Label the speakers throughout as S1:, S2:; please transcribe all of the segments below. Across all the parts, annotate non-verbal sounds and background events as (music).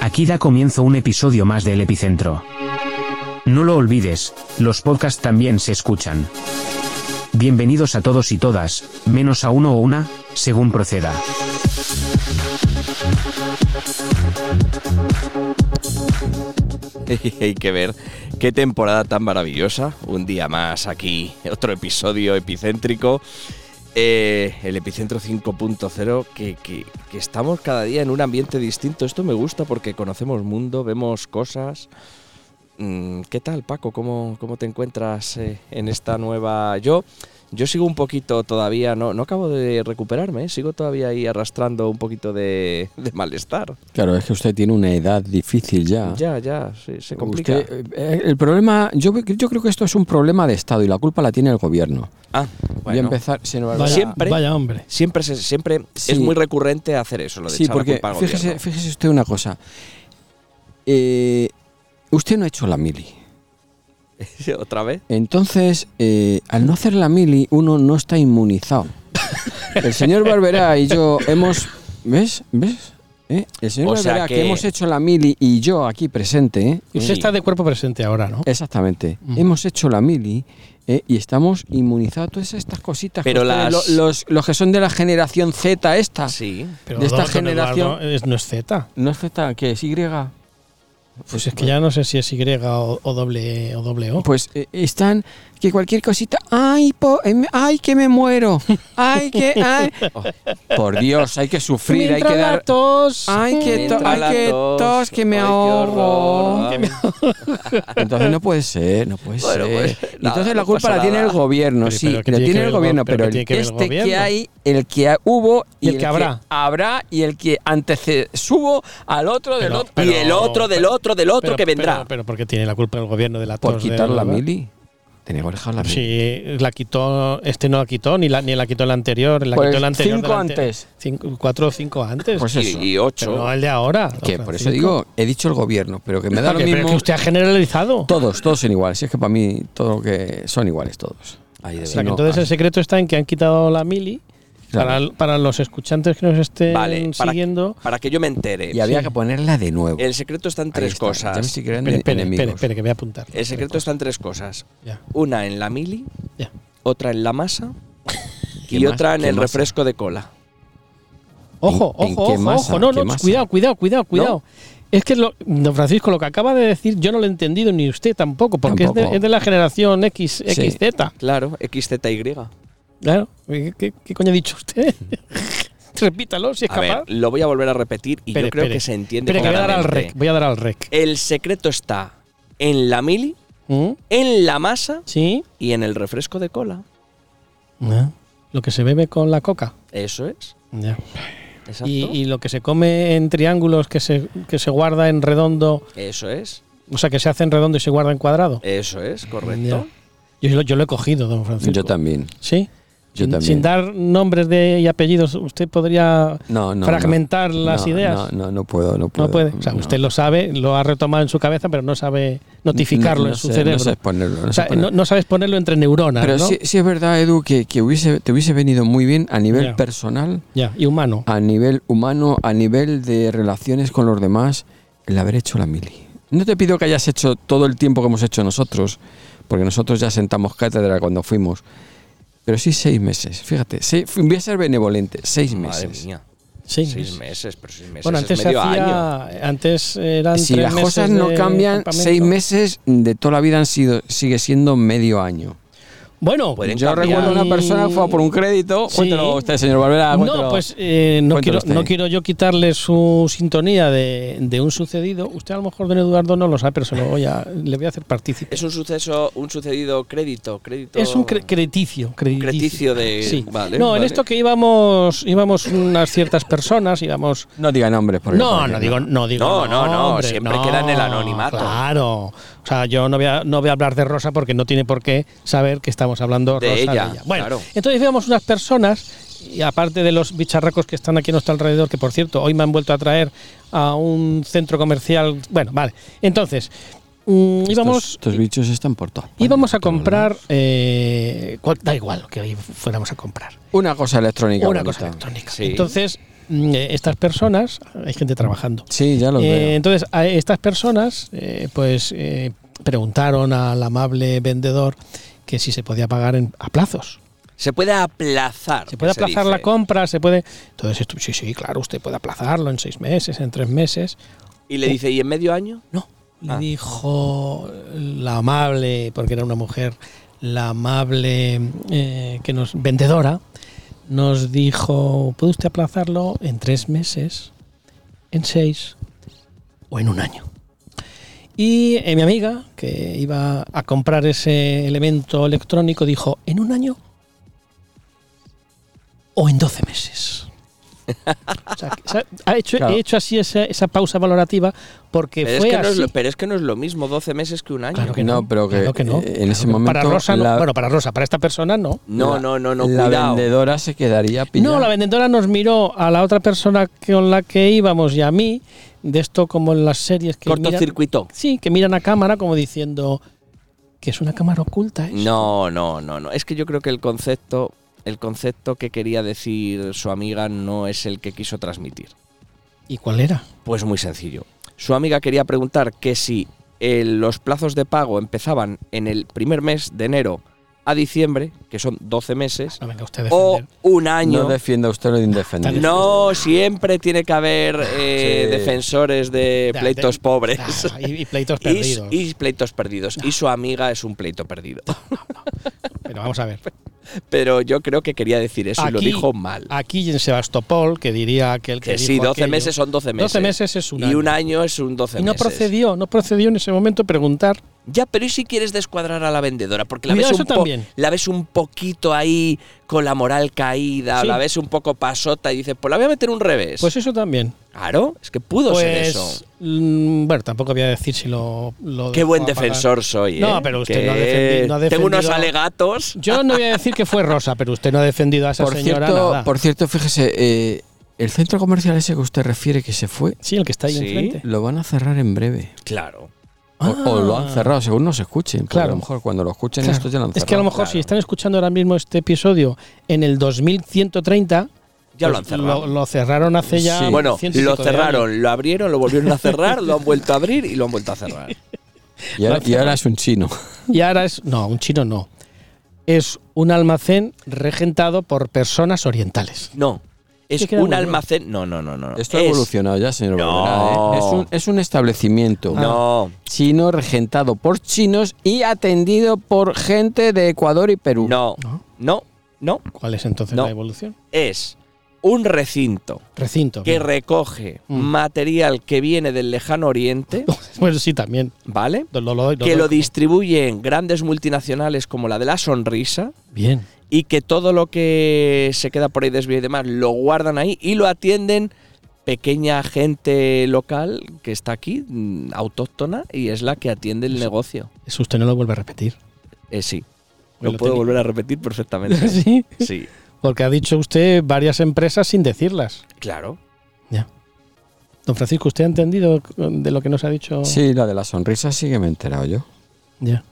S1: Aquí da comienzo un episodio más del Epicentro. No lo olvides, los podcasts también se escuchan. Bienvenidos a todos y todas, menos a uno o una, según proceda.
S2: (laughs) Hay que ver qué temporada tan maravillosa. Un día más aquí, otro episodio epicéntrico. Eh, el Epicentro 5.0, que, que- que estamos cada día en un ambiente distinto. Esto me gusta porque conocemos mundo, vemos cosas. Mm, ¿Qué tal, Paco? ¿Cómo, cómo te encuentras eh, en esta nueva...? Yo, yo sigo un poquito todavía, no, no acabo de recuperarme, ¿eh? sigo todavía ahí arrastrando un poquito de, de malestar.
S3: Claro, es que usted tiene una edad difícil ya.
S2: Ya, ya, se, se complica.
S3: Ah. Usted, eh, el problema, yo, yo creo que esto es un problema de Estado y la culpa la tiene el gobierno.
S2: Ah,
S3: Voy a
S2: bueno.
S3: empezar. sin embargo,
S2: Vaya- Siempre. vaya
S4: hombre.
S2: Siempre, se- siempre
S3: Sí.
S2: es muy recurrente hacer eso, lo de
S3: sí,
S2: echar la
S3: porque
S2: culpa al
S3: fíjese,
S2: gobierno.
S3: fíjese usted una cosa. Eh, usted no ha hecho la mili.
S2: (laughs) ¿Otra vez?
S3: Entonces, eh, al no hacer la mili, uno no
S2: (laughs)
S3: está inmunizado. El señor Barberá y yo hemos. ¿Ves? ¿Ves? ¿Eh? El señor
S2: O sea
S3: Barberá, que...
S2: que-
S3: hemos hecho la mili y yo aquí presente. ¿eh?
S4: Usted
S2: Sí.
S4: está de cuerpo presente ahora, ¿no?
S3: Exactamente.
S4: Mm.
S3: Hemos hecho la mili eh, y estamos inmunizados. Todas estas cositas. que
S2: Pero
S3: ustedes,
S2: las-
S3: lo- los, los que son de la generación Z, esta.
S2: Sí.
S4: Pero
S3: de esta
S4: don- don
S3: generación-
S4: Eduardo es- no es Z.
S3: No es Z, que es Y.
S4: Pues es que ya no sé si es Y o, o doble E o doble O.
S3: Pues eh, están que cualquier cosita. ¡Ay, po- em- ay que me muero! ¡Ay, que.
S2: (laughs)
S3: Ay.
S2: Oh.
S3: Por Dios, hay que sufrir, hay que dar. Ah, ¡Ay, que, to-
S2: Entra la
S3: ay, que
S2: tos.
S3: tos, que me
S2: Ay, qué
S3: ahogo! (laughs)
S2: horror.
S3: Entonces no puede ser, no puede
S2: Bueno,
S3: ser.
S2: pues,
S3: Y
S2: nada,
S3: Entonces la
S2: no
S3: culpa
S2: pasa
S3: la tiene el
S2: nada.
S3: gobierno,
S4: Pero,
S3: sí,
S4: pero ¿qué
S3: la tiene
S4: tiene que
S3: el
S4: ver el
S3: gobierno,
S4: go- pero
S3: pero
S4: ¿qué
S3: el,
S4: tiene que ver el
S3: este que
S4: gobierno?
S3: hay, el que ha- hubo
S4: Y el que habrá.
S3: habrá y el que antecesubo al otro del
S4: Pero-
S3: otro.
S4: pero-
S2: y el otro, del
S4: pero-
S2: otro, del otro
S4: Pero-
S2: que vendrá.
S4: Pero, pero ¿por qué tiene la culpa el gobierno de la
S3: Por
S4: tos
S3: quitar
S4: de-
S3: la mili. Tenía que dejar la mili.
S4: Sí, la quitó, este no la quitó, ni la, ni la quitó el anterior. La
S3: Pues
S4: quitó el anterior
S3: cinco
S4: del ante-
S3: antes.
S4: cinco- cuatro o cinco antes.
S3: Pues
S2: Y-
S3: eso.
S2: y,
S4: Pero
S2: ocho.
S4: no el de ahora. don
S3: Que por eso
S4: Francisco.
S3: digo, he dicho el gobierno, pero que me da
S4: Porque-
S3: lo
S4: pero es
S3: mismo.
S4: que usted ha generalizado.
S3: Todos, todos son iguales. Si es que para mí todo lo que son iguales todos.
S2: Ay, de
S4: O
S3: Sí,
S4: sea, que
S3: no,
S4: entonces el secreto está en que han quitado la mili.
S3: Claro.
S4: Para, para los escuchantes que nos estén
S2: Vale, para,
S4: siguiendo.
S2: para que yo me entere.
S3: Y había que ponerla de nuevo.
S2: El secreto está en
S3: Ahí
S2: tres
S3: está,
S2: cosas.
S3: ya me estoy creando
S4: Espere, espere,
S3: enemigos.
S4: espere, espere, que voy a apuntar.
S2: El secreto está en tres cosas.
S4: Ya,
S2: Una en la mili,
S4: ya.
S2: otra en la
S3: (laughs)
S2: masa
S3: ¿Qué
S2: y
S3: más?
S2: otra en
S3: ¿Qué
S2: el
S3: masa?
S2: refresco de cola.
S4: Ojo,
S3: ¿En- en
S4: ojo,
S3: qué
S4: ojo,
S3: masa?
S4: ojo. No,
S3: ¿Qué
S4: no,
S3: masa?
S4: cuidado, cuidado, cuidado, cuidado. Es que, lo, don Francisco, lo que acaba de decir yo no lo he entendido ni usted tampoco, porque es de- Es,
S3: Tampoco.
S4: de, la generación X,
S3: Sí.
S4: XZ.
S2: Claro, XZY.
S4: Claro. ¿Qué, qué- qué coño ha dicho
S2: (laughs)
S4: usted? Repítalo si es
S2: A
S4: capaz.
S2: ver, lo voy a volver a repetir y
S4: Espere,
S2: yo creo
S4: espere.
S2: que se entiende
S4: Espera, que voy a dar al
S2: claramente.
S4: rec. Voy a dar al rec.
S2: El secreto está en la mili,
S4: ¿Mm?
S2: en la masa
S4: ¿Sí?
S2: y en el refresco de cola.
S4: Ah, Lo que se bebe con la coca.
S2: Eso es.
S4: Ya.
S2: Exacto.
S4: Y, y lo que se come en triángulos que se, que se guarda en redondo,
S2: Eso es.
S4: o sea, que se hace en redondo y se guarda en cuadrado.
S2: Eso es, correcto.
S4: Ya. Yo, lo- yo lo he cogido, don Francisco.
S3: Yo también.
S4: Sí.
S3: Yo
S4: sin,
S3: también.
S4: sin dar nombres de, y apellidos, usted podría
S3: No, no,
S4: fragmentar
S3: no.
S4: las
S3: No,
S4: ideas.
S3: No, no, no puedo, no
S4: No
S3: puedo.
S4: puede. O sea, usted lo sabe, lo ha retomado en su cabeza, pero no sabe notificarlo
S3: No, no
S4: en su
S3: sé,
S4: cerebro.
S3: no sé exponerlo, no
S4: O
S3: sé
S4: sea,
S3: exponerlo.
S4: no sabes ponerlo entre neuronas,
S3: Pero
S4: ¿no?
S3: sí, sí es verdad, Edu, que, que hubiese, te hubiese venido muy bien a nivel
S4: Ya.
S3: personal,
S4: Ya, y humano.
S3: a nivel humano, a nivel de relaciones con los demás, el haber hecho la mili. No te pido que hayas hecho todo el tiempo que hemos hecho nosotros, porque nosotros ya sentamos cátedra cuando fuimos. Pero sí seis meses, fíjate. sí, fui- voy a ser benevolente, seis
S2: Madre
S3: meses.
S2: mía.
S4: Sí.
S2: Seis meses, pero seis meses
S4: Bueno,
S2: es
S4: antes se
S2: medio año.
S4: hacía. Antes eran.
S3: Si
S4: tres
S3: las cosas
S4: meses
S3: no
S4: de
S3: cambian,
S4: campamento.
S3: seis meses de toda la vida han sido, sigue siendo medio año.
S4: Bueno,
S2: Pueden
S3: Yo
S2: cambiar.
S3: recuerdo una persona que fue a por un crédito.
S4: Sí.
S3: Cuéntelo usted, señor
S2: Ah,
S3: Valvera. cuéntelo.
S4: No, pues eh, no,
S3: Cuéntelo
S4: quiero,
S3: usted.
S4: no quiero yo quitarle su sintonía de, de un sucedido. Usted a lo mejor, don Eduardo, no lo sabe, pero se lo voy a, le voy a hacer partícipe.
S2: Es un suceso, un sucedido crédito, crédito.
S4: Es un cre- creticio. creticio.
S2: creticio de.
S4: Sí.
S2: Vale,
S4: no, en
S2: vale.
S4: esto que íbamos, íbamos unas ciertas personas, íbamos.
S3: no diga nombres. Porque
S4: No,
S3: porque
S4: no digo, no digo.
S2: No, no, no,
S4: nombres,
S2: siempre queda en el anonimato.
S4: Claro. O sea, yo no voy, a, no voy a hablar de Rosa porque no tiene por qué saber que estamos hablando
S2: De
S4: Rosa
S2: ella,
S4: Bueno,
S2: claro.
S4: entonces íbamos unas personas, y aparte de los bicharracos que están aquí a nuestro alrededor, que por cierto, hoy me han vuelto a traer a un centro comercial. Bueno, vale. Entonces, mm,
S3: Estos,
S4: íbamos,
S3: estos bichos están por todas partes,
S4: íbamos a
S3: todos
S4: comprar.
S3: lados.
S4: eh, cual- da igual lo que hoy fuéramos a comprar.
S3: una cosa electrónica.
S4: una
S3: bonita.
S4: cosa electrónica.
S2: Sí.
S4: Entonces, mm, eh, estas personas, hay gente trabajando.
S3: Sí, ya lo
S4: Eh,
S3: veo.
S4: entonces, a estas personas, eh, pues eh, preguntaron al amable vendedor que si se podía pagar en- a plazos.
S2: Se puede aplazar.
S4: Se puede
S2: que
S4: aplazar la
S2: dice.
S4: compra, se puede. Entonces, esto- sí, sí, claro, usted puede aplazarlo en seis meses, en tres meses.
S2: Y le dice, ¿y en medio año?
S4: No, le
S2: Ah.
S4: dijo la amable, porque era una mujer, la amable eh, que nos vendedora, nos dijo, ¿puede usted aplazarlo en tres meses, en seis o en un año? Y eh, mi amiga, que iba a comprar ese elemento electrónico, dijo, ¿en un año o en 12 meses? (laughs) O sea, que se ha- ha hecho,
S3: Claro.
S4: he hecho así esa, esa pausa valorativa porque
S2: Pero es,
S4: fue
S2: que no
S4: así.
S2: es lo, pero es que no es lo mismo 12 meses que un año.
S4: Claro que no,
S3: No, pero que,
S4: claro que no.
S3: eh, en
S4: claro
S3: ese
S4: que no. para
S3: momento
S4: Rosa no.
S3: la-
S4: bueno, para Rosa, para esta persona no.
S2: no,
S3: La-
S2: no, no, no,
S3: La
S2: cuidado.
S3: vendedora se quedaría pillada.
S4: No, la vendedora nos miró a la otra persona con la que íbamos y a mí, de esto como en las series que miran,
S2: Cortocircuito.
S4: sí, que miran a cámara como diciendo que es una cámara oculta. ¿eh?
S2: No, no, no, no. Es que yo creo que el concepto, el concepto que quería decir su amiga no es el que quiso transmitir.
S4: ¿Y cuál era?
S2: Pues muy sencillo. Su amiga quería preguntar que si eh, los plazos de pago empezaban en el primer mes de enero a diciembre, que son 12 meses,
S4: Ah, No venga usted a
S2: o
S4: defender.
S2: un
S3: No
S2: año.
S3: defienda usted lo indefendible.
S2: No, siempre tiene que haber eh,
S3: Sí.
S2: defensores de
S4: Ya,
S2: pleitos
S4: de-
S2: pobres.
S4: Ah, y, y
S2: (laughs)
S4: pleitos
S2: Y, s-
S4: perdidos. Ah.
S2: y pleitos perdidos. Y su amiga es un pleito
S4: (laughs)
S2: perdido.
S4: Pero vamos a ver.
S2: Pero yo creo que quería decir eso y lo dijo mal.
S4: Aquí en Sebastopol, que diría aquel que.
S2: Que sí,
S4: dijo
S2: 12
S4: aquello,
S2: meses son 12 meses.
S4: 12 meses es un
S2: Y
S4: año.
S2: un año es un 12
S4: Y no
S2: meses.
S4: procedió, no procedió en ese momento preguntar
S2: Ya, pero ¿y si quieres descuadrar a la vendedora? Porque la,
S4: Cuidado,
S2: ves un,
S4: eso
S2: po-
S4: también.
S2: la ves un poquito ahí con la moral caída, o
S4: Sí.
S2: la ves un poco pasota y dices, pues la voy a meter un revés.
S4: Pues eso también.
S2: claro, es que pudo ser
S4: Pues,
S2: eso.
S4: mm, bueno, tampoco voy a decir si lo. lo
S2: Qué
S4: dejó
S2: buen
S4: apagar.
S2: defensor soy.
S4: No,
S2: ¿eh?
S4: pero usted
S2: Que
S4: no ha defendi- no ha
S2: Tengo
S4: defendido-
S2: unos alegatos.
S4: Yo no voy a decir que fue Rosa, pero usted no ha defendido a esa
S3: Por
S4: señora.
S3: cierto,
S4: nada.
S3: por cierto, fíjese, eh, el centro comercial ese que usted refiere que se fue,
S4: Sí, el que está ahí
S2: Sí.
S4: enfrente.
S3: lo van a cerrar en breve.
S2: Claro.
S3: O, o lo han cerrado, según nos escuchen. Claro.
S4: Ah. Claro.
S3: A lo mejor cuando lo escuchen
S4: Claro.
S3: esto ya lo han cerrado.
S4: es que a lo mejor
S2: claro.
S4: si están escuchando ahora mismo este episodio en el 2130,
S2: Ya
S4: pues
S2: lo han cerrado.
S4: Lo, cerraron hace ya.
S3: Sí.
S2: bueno,
S4: ciento y
S2: lo
S4: pico de años.
S2: cerraron, lo abrieron, lo volvieron a cerrar, lo han vuelto a abrir y lo han vuelto a
S4: (laughs)
S2: cerrar.
S3: Y ahora, y ahora es un chino.
S4: Y ahora es. No, un chino no. Es un almacén regentado por personas orientales.
S2: No, es
S4: Sí, que era
S2: un
S4: bueno.
S2: almacén. No, no, no, no. no.
S3: Esto ha
S2: Es-
S3: evolucionado ya, señor
S2: No.
S3: Barberá, ¿eh? es, un, es un establecimiento
S2: No,
S4: Ah.
S3: chino regentado por chinos y atendido por gente de Ecuador y Perú.
S2: no,
S4: ¿No?
S2: no, no.
S4: ¿Cuál es entonces
S2: No.
S4: la evolución?
S2: Es un recinto
S4: Recinto.
S2: que
S4: bien.
S2: recoge
S4: Mm.
S2: material que viene del lejano
S4: (laughs)
S2: oriente,
S4: (laughs) Bueno, sí, también.
S2: ¿vale?
S4: Lo- lo- lo-
S2: Que lo
S4: lo-
S2: distribuyen grandes multinacionales como la de la sonrisa
S4: Bien.
S2: y que todo lo que se queda por ahí desvío y demás lo guardan ahí y lo atienden pequeña gente local que está aquí, mm, autóctona, y es la que atiende
S4: Pues
S2: el negocio.
S4: Eso usted no lo vuelve a repetir.
S2: Eh, sí.
S4: Pues
S2: Lo
S4: lo
S2: puedo
S4: tenía.
S2: volver a repetir perfectamente.
S4: (laughs) ¿Sí?
S2: (laughs) Sí,
S4: Porque ha dicho usted varias empresas sin decirlas.
S2: claro.
S4: Don Francisco, ¿usted ha entendido de lo que nos ha dicho?
S3: Sí, la de la sonrisa sí que me he enterado yo.
S4: Ya.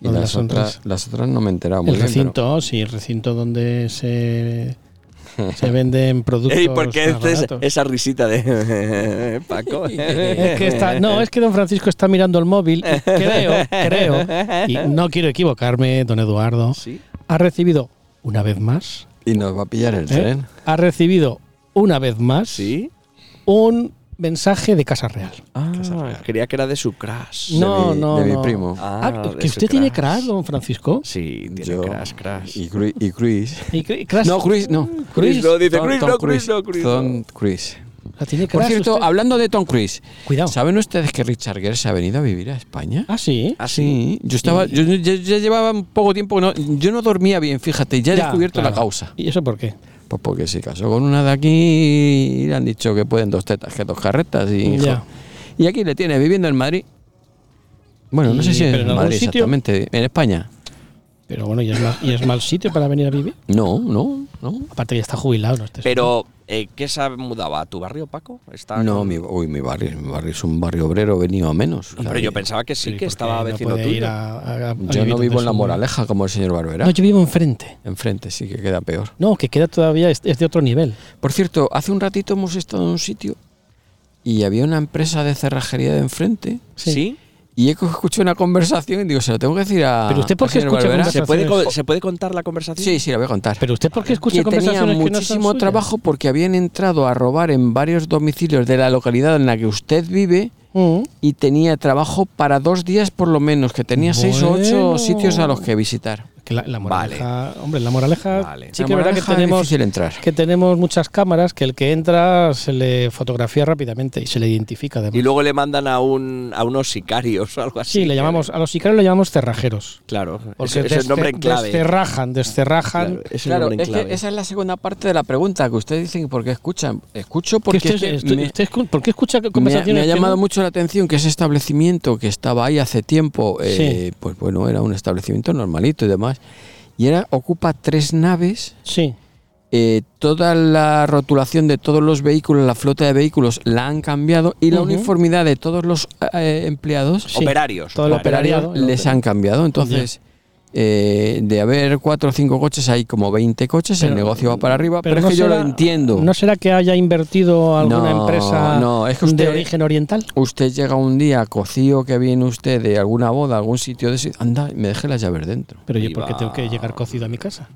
S3: Y
S4: Lo de la
S3: las, otras,
S4: sonrisa.
S3: las otras no me he enterado muy
S4: El
S3: bien, pero-
S4: recinto, sí, el recinto
S3: (laughs)
S4: donde se, se venden productos.
S2: Ey, ¿por qué
S4: más
S2: este es-
S4: baratos.
S2: esa risita de (laughs) Paco?
S4: Es que está- no, es que don Francisco está mirando el móvil. y creo, creo, y no quiero equivocarme, don Eduardo.
S2: Sí.
S4: Ha recibido una vez más,
S3: Y nos va a pillar el
S4: ¿eh?
S3: tren.
S4: ha recibido una vez más
S2: Sí.
S4: un mensaje de Casa Real.
S2: Ah, creía que era de su crash.
S3: De
S4: No,
S3: mi-
S4: no,
S3: de mi
S4: no.
S3: primo.
S4: Ah,
S2: Ah, de
S4: que
S2: su
S4: usted tiene
S2: crash.
S4: crash, don Francisco.
S2: Sí, tiene
S3: Yo-
S2: crash, crash.
S3: Y, Cru- y Cruise.
S4: Y cr- crash.
S3: No, Cruise,
S4: Mm,
S3: no.
S2: Cruise, no, dice Cruise, no,
S3: Cruise,
S2: Cruise, no, Cruise,
S3: Tom
S2: no.
S3: Cruise.
S4: La tiene
S3: Por
S4: crash
S3: cierto,
S4: usted.
S3: hablando de Tom Cruise,
S4: cuidado.
S3: ¿saben ustedes que Richard Gere se ha venido a vivir a España?
S4: Ah, sí.
S2: Ah,
S3: Sí, yo estaba, yo, yo- yo llevaba un poco tiempo que no, yo no dormía bien, fíjate, y ya he
S4: Ya,
S3: descubierto la
S4: claro.
S3: causa.
S4: ¿Y eso por qué?
S3: Pues porque se casó con una de aquí y le han dicho que pueden dos tetas, que dos carretas y hijo.
S4: Ya.
S3: Y aquí le tiene viviendo en Madrid. Bueno, no
S4: Y-
S3: sé si
S4: pero en
S3: en
S4: algún
S3: Madrid
S4: sitio.
S3: exactamente, en España.
S4: Pero bueno, y es, mal, y es mal sitio para venir a vivir.
S3: No, no, no.
S4: Aparte que está jubilado, ¿no? Este
S2: Pero Eh, ¿Qué se mudaba? ¿A tu barrio, Paco? ¿Está
S3: No,
S2: con-
S3: mi, uy, mi barrio, mi barrio es un barrio obrero venido a menos.
S2: Hombre,
S3: Claro.
S2: yo pensaba que sí, que
S4: porque
S2: estaba vecino
S4: puede ir
S2: tuyo.
S4: a- a- a
S3: Yo
S4: vivir
S3: no vivo
S4: donde
S3: en la
S4: su-
S3: moraleja como el señor Barbera.
S4: No, yo vivo enfrente.
S3: Enfrente sí que queda peor.
S4: No, que queda todavía, es, es de otro nivel.
S3: Por cierto, hace un ratito hemos estado en un sitio y había una empresa de cerrajería de enfrente
S2: ¿Sí?
S4: Sí.
S3: y he co- escuchado una conversación y digo, se lo tengo que decir a.
S4: Pero usted, ¿por
S3: al
S4: qué
S3: señor
S4: escucha
S3: Barbera.
S4: conversaciones?
S2: Ah, ¿Se puede,
S4: Entonces- pues-
S2: co- ¿Se puede contar la conversación?
S3: Sí, sí, la voy a contar.
S4: Pero usted, ¿por qué escucha
S3: que tenía
S4: conversaciones que no son
S3: muchísimo
S4: suyas?
S3: trabajo porque habían entrado a robar en varios domicilios de la localidad en la que usted vive
S4: Mm.
S3: y tenía trabajo para dos días por lo menos, que tenía seis o ocho
S4: Bueno.
S3: sitios a los que visitar.
S4: Que la, la moraleja, hombre, la moraleja,
S2: Vale.
S4: sí
S3: La
S4: que es verdad que
S3: moraleja
S4: tenemos,
S3: difícil entrar.
S4: que tenemos muchas cámaras que el que entra se le fotografía rápidamente y se le identifica además.
S2: Y luego le mandan a, un, a unos sicarios o algo así.
S4: sí, le llamamos, a los sicarios le llamamos cerrajeros.
S2: Claro,
S4: Porque
S2: ese, ese es el nombre en clave.
S4: descerrajan, descerrajan.
S2: Claro, es el
S3: Claro,
S2: nombre en
S3: es que
S2: clave.
S3: esa es la segunda parte de la pregunta que ustedes dicen porque escuchan. Escucho porque
S4: Que
S3: es que este
S4: usted- usted-
S3: me-
S4: usted escu- ¿Por qué
S3: me,
S4: escucha
S3: ha- me
S4: conversaciones?
S3: ha
S4: que
S3: llamado
S4: no?
S3: mucho la atención que ese establecimiento que estaba ahí hace tiempo, eh, pues bueno, era un establecimiento normalito y demás, y era ocupa tres naves,
S4: Sí,
S3: eh, toda la rotulación de todos los vehículos, la flota de vehículos la han cambiado y la
S4: Ujú.
S3: uniformidad de todos los eh, empleados
S4: sí.
S2: Operarios.
S4: Todo lo
S2: operarios.
S4: operariado,
S3: operarios les han cambiado. Entonces, eh, de haber cuatro o cinco coches, hay como 20 coches, el
S4: Pero-
S3: negocio va para arriba, pero,
S4: no
S3: es que yo lo
S4: será-
S3: entiendo.
S4: ¿No será que haya invertido alguna
S3: No,
S4: empresa
S3: no, es que usted-
S4: de origen oriental?
S3: Usted llega un día, cocío que viene usted de alguna boda, algún sitio de ese, anda, me dejé las llaves
S4: (laughs)
S3: dentro.
S4: Pero yo,
S2: Ahí
S4: ¿por qué
S2: va.
S4: tengo que llegar cocido a mi casa?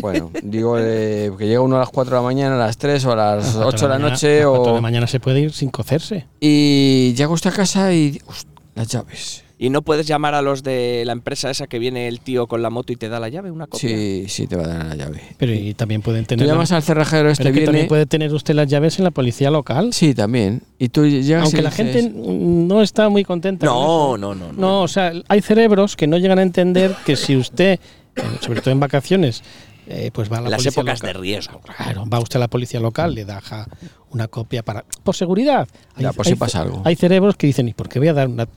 S3: Bueno, digo eh, que llega uno a las 4 de la mañana, a las 3 o a las
S4: cuatro
S3: 8 de la
S4: mañana-
S3: noche
S4: a cuatro
S3: o...
S4: de mañana se puede ir sin cocerse.
S3: Y llega usted a casa y... "Ust, las llaves.
S2: Y no puedes llamar a los de la empresa esa que viene el tío con la moto y te da la llave, una copia.
S3: Sí, sí, te va a dar la llave.
S4: Pero y también pueden
S3: Tú
S4: tener.
S3: llamas al cerrajero,
S4: pero
S3: este
S4: es que
S3: viene...
S4: también puede tener usted las llaves en la policía local.
S3: Sí, también. Y tú llegas
S4: Aunque
S3: y
S4: la
S3: dices,
S4: gente no está muy contenta. con eso.
S2: No, no, no, no.
S4: No, o sea, hay cerebros que no llegan a entender que si usted, eh, sobre todo en vacaciones, eh, pues va a la
S2: Las
S4: policía
S2: épocas de
S4: local.
S2: riesgo.
S4: Claro, va usted a la policía local, le deja una copia para. Por seguridad.
S3: Ya, por si pasa algo.
S4: Hay cerebros que dicen, ¿y por qué voy a dar una.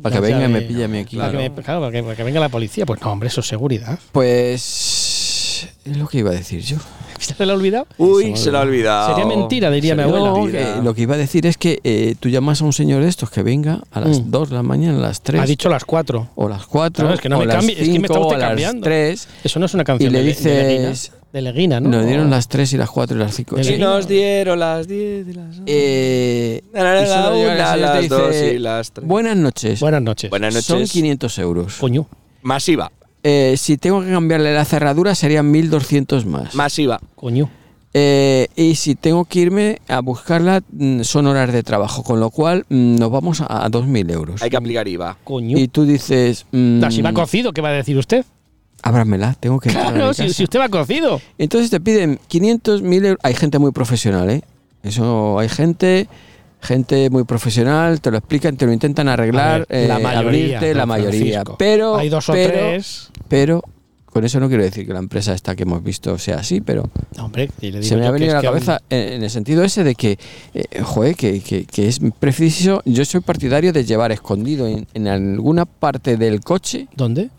S3: Para que
S4: una
S3: venga y me
S4: llave?
S3: pille a mí aquí.
S4: Para que me- Claro, para que, para que venga la policía. Pues no, hombre, eso es seguridad. (laughs)
S3: Pues es lo que iba a decir yo.
S4: ¿Se le ha olvidado?
S2: Uy, se lo ha olvidado.
S4: Sería mentira, diría
S2: Se le
S4: mi
S2: ha
S4: abuela.
S3: No,
S2: olvidado.
S3: que lo que iba a decir es que eh, tú llamas a un señor de estos que venga a las
S4: Mm.
S3: 2 de la mañana, a las 3
S4: Ha dicho las cuatro.
S3: o las 4
S4: Claro, es que no
S3: o
S4: me
S3: las
S4: cambie, es que me está
S3: 5 o
S4: usted
S3: las
S4: cambiando.
S3: 3.
S4: Eso no es una canción
S3: Y le
S4: de- de
S3: dices-
S4: Leguina. de Leguina, ¿no?
S3: Nos dieron las 3 y las 4 y las 5.
S4: De
S2: Si
S4: Sí,
S2: nos dieron las 10 y las
S3: Eh,
S2: La, la, la,
S3: y solo
S2: la,
S3: llega el
S2: una,
S3: señor y te
S2: las dos
S3: dice,
S2: y las tres.
S3: Buenas noches.
S4: Oh, Buenas noches.
S2: Buenas noches.
S3: Son 500 euros.
S4: Coño.
S2: Masiva,
S3: Eh, si tengo que cambiarle la cerradura serían 1200 más.
S2: masiva.
S4: Coño.
S3: Eh, y si tengo que irme a buscarla, mm, son horas de trabajo, con lo cual mm, nos vamos a, a 2.000 euros.
S2: Hay que aplicar IVA.
S4: Coño.
S3: Y tú dices, mm,
S4: Ah, si va cocido, ¿qué va a decir usted?
S3: ábramela, tengo que
S4: (laughs)
S3: entrar a
S4: Claro,
S3: mi
S4: si,
S3: casa.
S4: si usted va cocido.
S3: Entonces te piden 500, 1.000 euros. Hay gente muy profesional, ¿eh? Eso hay gente, gente muy profesional, te lo explican, te lo intentan arreglar,
S4: A ver,
S3: eh, abrirte
S4: don
S3: la mayoría.
S4: Francisco.
S3: Pero,
S4: Hay dos o
S3: pero,
S4: tres.
S3: pero, con eso no quiero decir que la empresa esta que hemos visto sea así, pero...
S4: No, hombre, y le digo
S3: Se me
S4: yo
S3: ha
S4: que
S3: venido
S4: es
S3: a la
S4: que aún-
S3: cabeza en, en el sentido ese de que, eh, joder, que, que- que es preciso. Yo soy partidario de llevar escondido en, en alguna parte del coche
S4: ¿Dónde?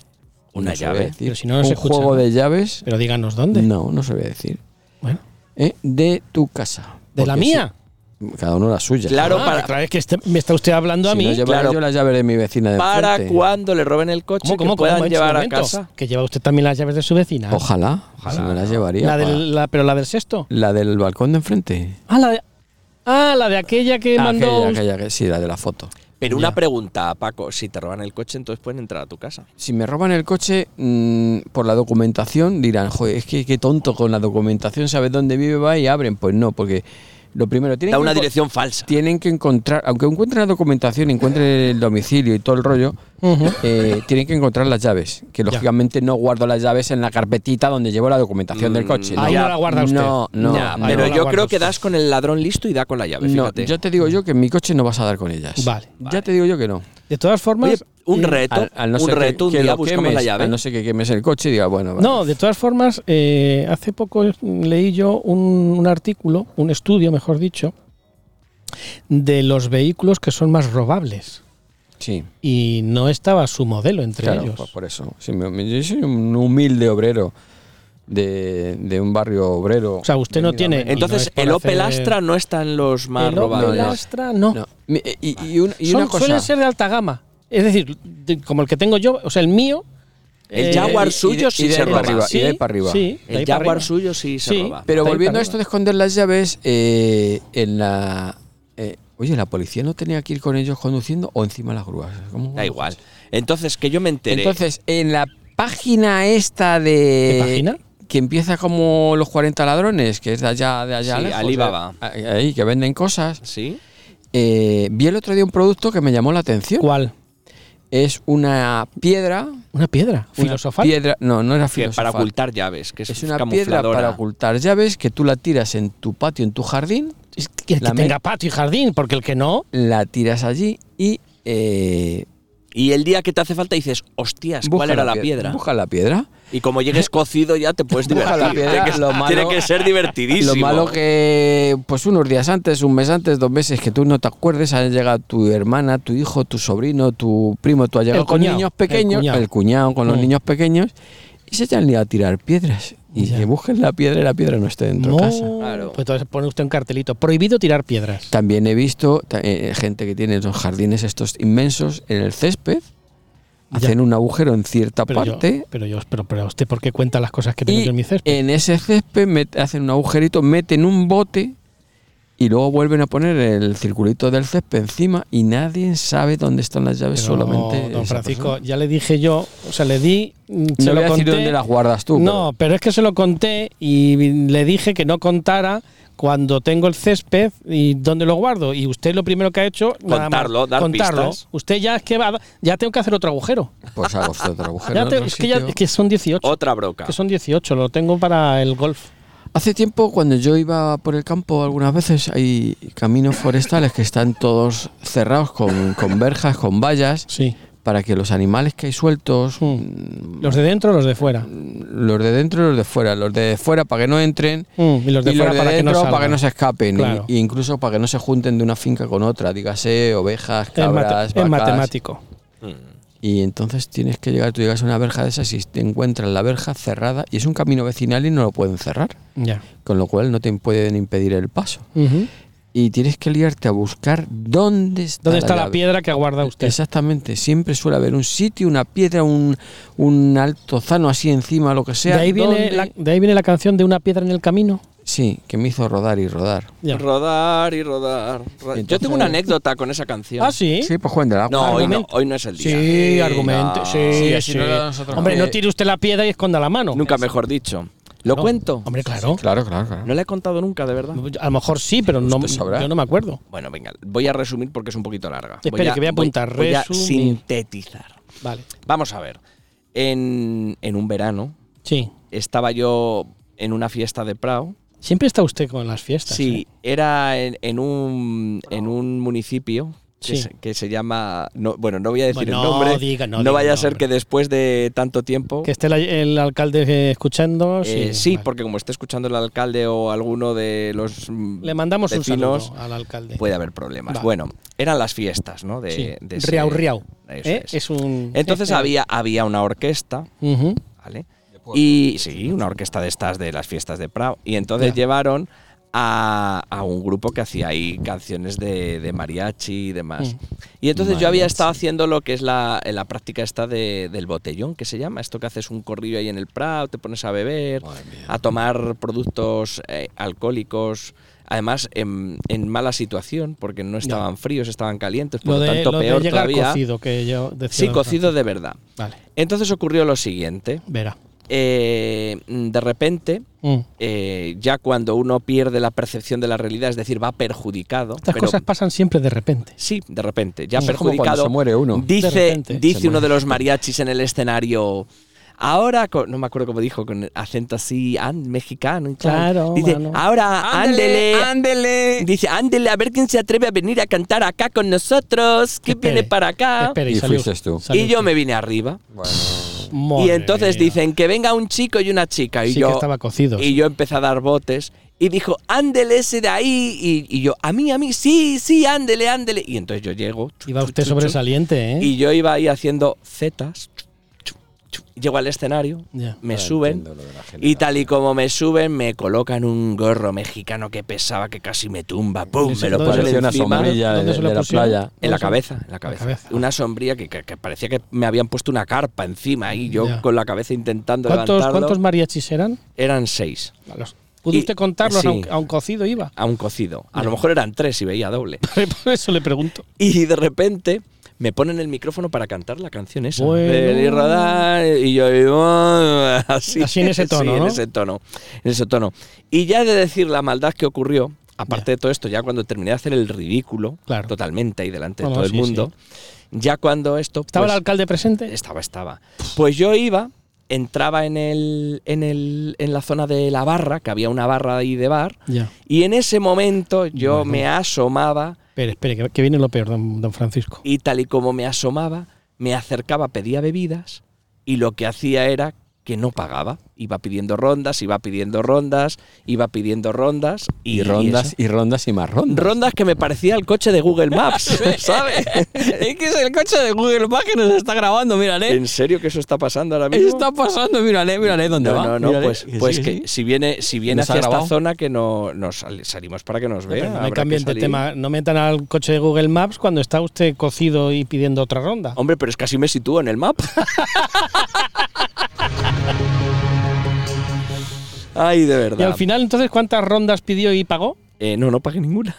S2: Una
S3: no se
S2: llave.
S3: voy a decir,
S4: Pero si no, no
S3: un
S4: se escucha,
S3: juego
S4: ¿no?
S3: de llaves.
S4: Pero díganos dónde.
S3: No, no se voy a decir.
S4: Bueno,
S3: ¿eh? De tu casa.
S4: ¿De la
S3: Porque
S4: mía?
S3: sí, cada uno la suya.
S2: Claro,
S4: Ah,
S2: para,
S4: claro, es que este- me está usted hablando a
S3: Si
S4: mí.
S3: no llevara
S2: claro.
S3: yo la llave de mi vecina de
S2: para
S3: enfrente.
S2: cuando le roben el coche
S4: ¿Cómo, cómo,
S2: que puedan
S4: cómo? Un
S2: llevar a
S4: momento,
S2: casa.
S4: Que lleva usted también las llaves de su vecina. ¿eh?
S3: Ojalá,
S2: Ojalá,
S3: si me la
S2: no.
S3: llevaría.
S4: La
S3: pa-
S4: del, la- ¿Pero la del sexto?
S3: la del balcón de enfrente.
S4: Ah, la de, ah, la de aquella que mandó.
S3: Aquella,
S4: usted.
S3: aquella que- sí, la de la foto.
S2: Pero una pregunta, Paco. Si te roban el coche, entonces pueden entrar a tu casa.
S3: Si me roban el coche, mm, por la documentación dirán, joder, es que qué tonto con la documentación, ¿sabes dónde vive? Va y abren. Pues no, porque lo primero, tienen,
S2: Da
S3: que
S2: una
S3: enco-
S2: dirección falsa.
S3: tienen que encontrar, aunque encuentren la documentación, encuentren el domicilio y todo el rollo,
S4: Ujú.
S3: eh, tienen que encontrar las llaves. Que lógicamente no guardo las llaves en la carpetita donde llevo la documentación del
S2: Mm,
S3: coche.
S4: Ahí
S2: Ya,
S4: no la guarda usted.
S3: No, no,
S2: Ya,
S3: no.
S2: pero
S4: no la
S2: yo
S4: guarda
S2: creo que
S4: usted.
S2: das con el ladrón listo y da con la llave,
S3: No,
S2: fíjate.
S3: yo te digo yo que en mi coche no vas a dar con ellas.
S4: Vale.
S3: Ya te digo yo que no.
S4: De todas formas.
S2: Oye, un
S4: eh,
S2: reto,
S3: Al- al no
S2: un
S3: ser que-
S2: reto, un
S3: que
S2: día
S3: lo
S2: buscamos
S3: quemes,
S2: la llave.
S3: al no sé que quemes el coche y diga, bueno, vale.
S4: No, de todas formas, eh, hace poco leí yo un, un artículo, un estudio, mejor dicho, de los vehículos que son más robables.
S3: Sí.
S4: Y no estaba su modelo entre
S3: Claro,
S2: pues,
S4: ellos.
S3: pues por eso. Si me- me- yo soy un humilde obrero. de, de un barrio obrero.
S4: O sea, usted no tiene. y no
S2: Entonces,
S4: es por
S2: el Opel
S4: hacer-
S2: Astra no está en los más
S4: El
S2: robados.
S4: Opel
S3: no.
S4: Astra no.
S3: No. Mi- eh, Y, y un- y
S4: Son-
S3: una cosa.
S4: Suelen ser de alta gama. Es decir, de- como el que tengo yo, o sea, el mío.
S2: El
S4: eh,
S2: Jaguar suyo
S3: y de-
S2: sí
S3: y de
S2: se
S3: ahí
S2: roba.
S3: para arriba, y de ahí para arriba.
S4: Sí, de ahí
S2: El
S4: para
S2: Jaguar
S4: arriba.
S2: suyo sí se
S4: Sí.
S2: roba.
S3: Pero
S4: Está ahí
S3: volviendo
S4: para
S3: a esto
S4: arriba.
S3: de esconder las llaves, eh, en la. eh, oye, la policía no tenía que ir con ellos conduciendo o encima de las grúas. ¿Cómo?
S2: Da igual. Entonces, que yo me enteré.
S3: Entonces, en la página esta de.
S4: ¿Qué página?
S3: Que empieza como los 40 ladrones, que es de allá, de allá.
S2: Sí,
S3: lejos,
S2: Alibaba.
S3: eh, Ahí, que venden cosas.
S2: ¿Sí?
S3: Eh, vi el otro día un producto que me llamó la atención.
S4: ¿Cuál?
S3: Es una piedra.
S4: Una piedra
S3: una
S4: filosofal.
S3: piedra- no, no era
S2: Que para
S3: filosofal.
S2: ocultar llaves, que es,
S3: Es una piedra
S2: camufladora.
S3: para ocultar llaves que tú la tiras en tu patio, en tu jardín,
S4: Es que, que
S3: La me-
S4: tenga patio y jardín, porque el que no.
S3: la tiras allí y eh,
S2: Y el día que te hace falta dices, hostias, ¿cuál
S3: busca
S2: era la
S3: pie-
S2: piedra?
S3: Busca la piedra.
S2: Y como
S3: (laughs)
S2: llegues cocido ya te puedes
S3: Busca
S2: divertir.
S3: la piedra,
S2: tiene, que,
S3: (laughs) lo malo-
S2: tiene que ser divertidísimo.
S3: Lo malo que, pues unos días antes, un mes antes, dos meses, que tú no te acuerdes, ha llegado tu hermana, tu hijo, tu sobrino, tu primo, tú has llegado
S4: El
S3: con
S4: cuñao,
S3: niños
S4: el
S3: pequeños, el cuñado,
S4: cuñao.
S3: con los
S4: Mm.
S3: niños pequeños, y se te han liado a tirar piedras. Y
S4: Ya.
S3: que busquen la piedra y la piedra no esté dentro
S4: no.
S3: de casa.
S2: Claro.
S4: Pues entonces pone usted un cartelito. Prohibido tirar piedras.
S3: También he visto ta- eh, gente que tiene los jardines estos inmensos en el césped,
S4: Ya.
S3: hacen un agujero en cierta
S4: Pero yo,
S3: parte
S4: pero yo, pero, pero usted, ¿por qué cuenta las cosas que tengo
S3: y eh,
S4: yo en mi césped?
S3: en ese césped met- hacen un agujerito, meten un bote y luego vuelven a poner el circulito del césped encima y nadie sabe dónde están las llaves,
S4: Pero,
S3: solamente
S4: Don
S3: esa
S4: Francisco,
S3: persona.
S4: ya le dije yo, o sea, le di. mm, se
S3: No
S4: lo
S3: voy a decir
S4: conté.
S3: dónde las guardas tú.
S4: No, pero es que se lo conté y le dije que no contara cuando tengo el césped y dónde lo guardo. Y usted lo primero que ha hecho nada más
S2: Contarlo, dar
S4: contarlo.
S2: pistas.
S4: Usted ya es que va, ya tengo que hacer otro agujero.
S3: pero- Pues hago usted otro agujero.
S4: Ya
S3: en
S4: te-
S3: otro
S4: es, que ya-
S3: sitio.
S4: es que son 18.
S2: Otra broca.
S4: Que son 18, lo tengo para el golf.
S3: Hace tiempo, cuando yo iba por el campo, algunas veces hay caminos forestales que están todos cerrados con, con verjas, con vallas,
S4: Sí.
S3: para que los animales que hay sueltos, mm,
S4: Los de dentro, los de fuera.
S3: los de dentro y los de fuera, los de fuera para que no entren,
S4: Mm, y los de
S3: y
S4: fuera
S3: los de
S4: para que no
S3: dentro
S4: salgan.
S3: para que no se escapen,
S4: Claro.
S3: y- e incluso para que no se junten de una finca con otra, dígase ovejas,
S4: Es, mate-
S3: cabras,
S4: es
S3: vacas.
S4: matemático.
S3: Y entonces tienes que llegar, tú llegas a una verja de esas y te encuentras la verja cerrada y es un camino vecinal y no lo pueden cerrar,
S4: Ya.
S3: con lo cual no te pueden impedir el paso.
S4: Ujú.
S3: Y tienes que liarte a buscar dónde está,
S4: ¿Dónde está la
S3: llave.
S4: piedra que aguarda usted?
S3: Exactamente, siempre suele haber un sitio, una piedra, un, un altozano así encima, lo que sea.
S4: de, ahí viene
S3: donde-
S4: la, de ahí viene la canción de una piedra en el camino.
S3: Sí, que me hizo rodar y rodar.
S4: Ya.
S2: Rodar y rodar. ro- Yo
S3: Entonces-
S2: tengo una anécdota con esa canción.
S4: Ah, sí.
S3: Sí, pues Juan del Agua.
S2: No, hoy no,
S4: Argumento.
S2: hoy no es el día.
S4: Sí,
S2: No.
S4: argumente.
S3: Sí,
S4: Sí,
S3: así
S4: sí.
S3: no lo damos nosotros.
S4: Hombre, no
S3: Eh,
S4: tire usted la piedra y esconda la mano.
S2: Nunca mejor dicho. ¿Lo
S4: No.
S2: cuento?
S4: Hombre, claro.
S3: Claro, claro, claro.
S2: No le he contado nunca, de verdad.
S4: A lo mejor sí, pero no,
S3: Usted sabrá.
S4: yo no me acuerdo.
S2: Bueno, venga, voy a resumir porque es un poquito larga.
S4: Espere, que voy a apuntar.
S2: voy a
S4: Resumir.
S2: sintetizar.
S4: Vale.
S2: Vamos a ver. En, en un verano
S4: Sí.
S2: estaba yo en una fiesta de Prado.
S4: Siempre está usted con las fiestas.
S2: Sí, era en, en un, en un municipio que,
S4: Sí.
S2: se, que se llama. no- bueno, no voy a decir
S4: Bueno,
S2: el
S4: no
S2: nombre.
S4: diga, no
S2: no
S4: diga
S2: vaya a
S4: el
S2: ser
S4: nombre.
S2: que después de tanto tiempo.
S4: ¿eh? Que esté la- el alcalde eh, escuchando. Sí,
S2: eh, sí,
S4: vale.
S2: porque como esté escuchando el alcalde o alguno de los. mm,
S4: Le mandamos un
S2: vecinos,
S4: saludo al alcalde.
S2: Puede haber problemas.
S4: Vale.
S2: Bueno, eran las fiestas, ¿no? De,
S4: Sí.
S2: de ese-
S4: Riau, riau.
S2: Eso
S4: ¿Eh?
S2: es.
S4: Es un.
S2: Entonces
S4: eh, eh.
S2: había, había una orquesta,
S4: Ujú.
S2: ¿vale? Y sí, una orquesta de estas de las fiestas de Prado. Y entonces
S4: Ya.
S2: llevaron a, a un grupo que hacía ahí canciones de, de mariachi y demás.
S4: Mm.
S2: Y entonces yo había
S3: Mariachi.
S2: estado haciendo lo que es la, en la práctica esta de- del botellón, que se llama. Esto que haces un corrillo ahí en el Prado, te pones a beber, a tomar productos eh, alcohólicos. Además, en, en mala situación, porque no estaban fríos, estaban calientes, por
S4: Lo
S2: lo,
S4: de,
S2: tanto
S4: lo de
S2: peor
S4: llegar
S2: todavía.
S4: cocido, que yo decía.
S2: sí,
S4: don
S2: cocido de verdad.
S4: Francisco. Vale,
S2: Entonces ocurrió lo siguiente.
S4: verá.
S2: Eh, de repente,
S4: Mm.
S2: eh, ya cuando uno pierde la percepción de la realidad, es decir, va perjudicado.
S4: Estas
S2: pero-
S4: cosas pasan siempre de repente.
S2: Sí, de repente, ya
S4: Es como
S3: cuando
S2: perjudicado.
S3: se muere uno.
S2: Dice,
S4: De repente.
S2: dice
S3: Se
S2: uno
S3: muere.
S2: de los mariachis en el escenario. Ahora, con- no me acuerdo cómo dijo, con acento así an- mexicano. y tal.
S4: Claro,
S2: Dice,
S4: mano.
S2: ahora, ándele, Dice, ándele, a ver quién se atreve a venir a cantar acá con nosotros. ¿Quién
S4: Espere,
S2: viene para acá?
S4: Espere,
S3: Y
S4: salió-
S3: fuiste tú.
S4: salió
S2: y yo
S4: usted.
S2: me vine arriba.
S4: Madre
S2: y entonces
S4: mía.
S2: dicen que venga un chico y una chica. Y
S4: Sí
S2: yo,
S4: que estaba cocido.
S2: y yo empecé a dar botes. Y dijo, ándele ese de ahí. Y, y yo, a mí, a mí, sí, sí, ándele, ándele. Y entonces yo llego. chu,
S4: Iba
S2: chu,
S4: usted
S2: chu, chu,
S4: sobresaliente, ¿eh?
S2: Y yo iba ahí haciendo zetas. chu, chu, chu, Llego al escenario,
S4: Ya.
S2: me
S3: Ahora
S2: suben
S3: Ah, entiendo lo de la general.
S2: y tal y como me suben me colocan un gorro mexicano que pesaba que casi me tumba, pum,
S4: Ese
S2: me lo
S4: entonces
S2: ponen
S4: parecía
S3: una
S2: encima.
S3: sombrilla de,
S4: ¿Dónde se lo
S3: de la
S4: pusieron?
S3: playa.
S2: En la
S4: Eso.
S2: cabeza, en la cabeza.
S4: cabeza.
S2: Una sombría que, que- que parecía que me habían puesto una carpa encima y yo
S4: Ya.
S2: con la cabeza intentando
S4: ¿Cuántos,
S2: levantarlo.
S4: cuántos mariachis eran?
S2: Eran seis,
S4: Los- ¿Pudo
S2: Y-
S4: usted contarlos
S2: sí.
S4: a, un, a un cocido iba? (laughs)
S2: a un cocido. A
S4: Ya.
S2: lo mejor eran tres y veía doble. (laughs)
S4: Por eso le pregunto.
S2: Y de repente me ponen el micrófono para cantar la canción esa.
S4: Bueno.
S2: El y rodar, y yo y, ah, (laughs) así,
S4: Así en ese tono,
S2: sí, en
S4: ¿no?
S2: ese tono. En ese tono. Y ya de decir la maldad que ocurrió, aparte de todo esto, ya cuando terminé de hacer el ridículo
S4: Claro.
S2: totalmente ahí delante de
S4: Bueno,
S2: todo
S4: sí,
S2: el mundo, ya cuando esto
S4: ¿Estaba
S2: pues,
S4: el alcalde presente?
S2: Estaba, estaba. Pues yo iba, entraba en el, en el, en la zona de la barra, que había una barra ahí de bar,
S4: Ya.
S2: y en ese momento yo
S4: Bueno.
S2: me asomaba
S4: Espere, espere, que, que viene lo peor, don, don Francisco.
S2: y tal y como me asomaba, me acercaba, pedía bebidas y lo que hacía era que no pagaba. Iba pidiendo rondas, iba pidiendo rondas, iba pidiendo rondas y,
S3: Y rondas
S2: eso.
S3: y, rondas y más rondas.
S2: rondas que me parecía el coche de Google Maps, ¿sabes?
S3: (laughs) es que es el coche de Google Maps que nos está grabando, mírale.
S2: ¿En serio que eso está pasando ahora mismo?
S3: pasando, mírale, mírale dónde
S2: no, no, no,
S3: mírale.
S2: pues, pues
S3: eh, sí,
S2: que
S3: sí.
S2: si viene, si viene
S3: ¿Nos ha
S2: hacia esta
S3: grabado?
S2: zona que no, nos sal- salimos para que nos
S4: Pero
S2: vea.
S4: no
S2: habrá
S4: me
S2: que
S4: cambien de
S2: salir.
S4: tema, no metan al coche de Google Maps cuando está usted cocido y pidiendo otra ronda.
S2: Hombre, pero es que así me sitúo en el
S4: (laughs)
S2: mapa. Ay, de verdad.
S4: Y al final, entonces, ¿cuántas rondas pidió y pagó?
S2: Eh, no, no pagué ninguna.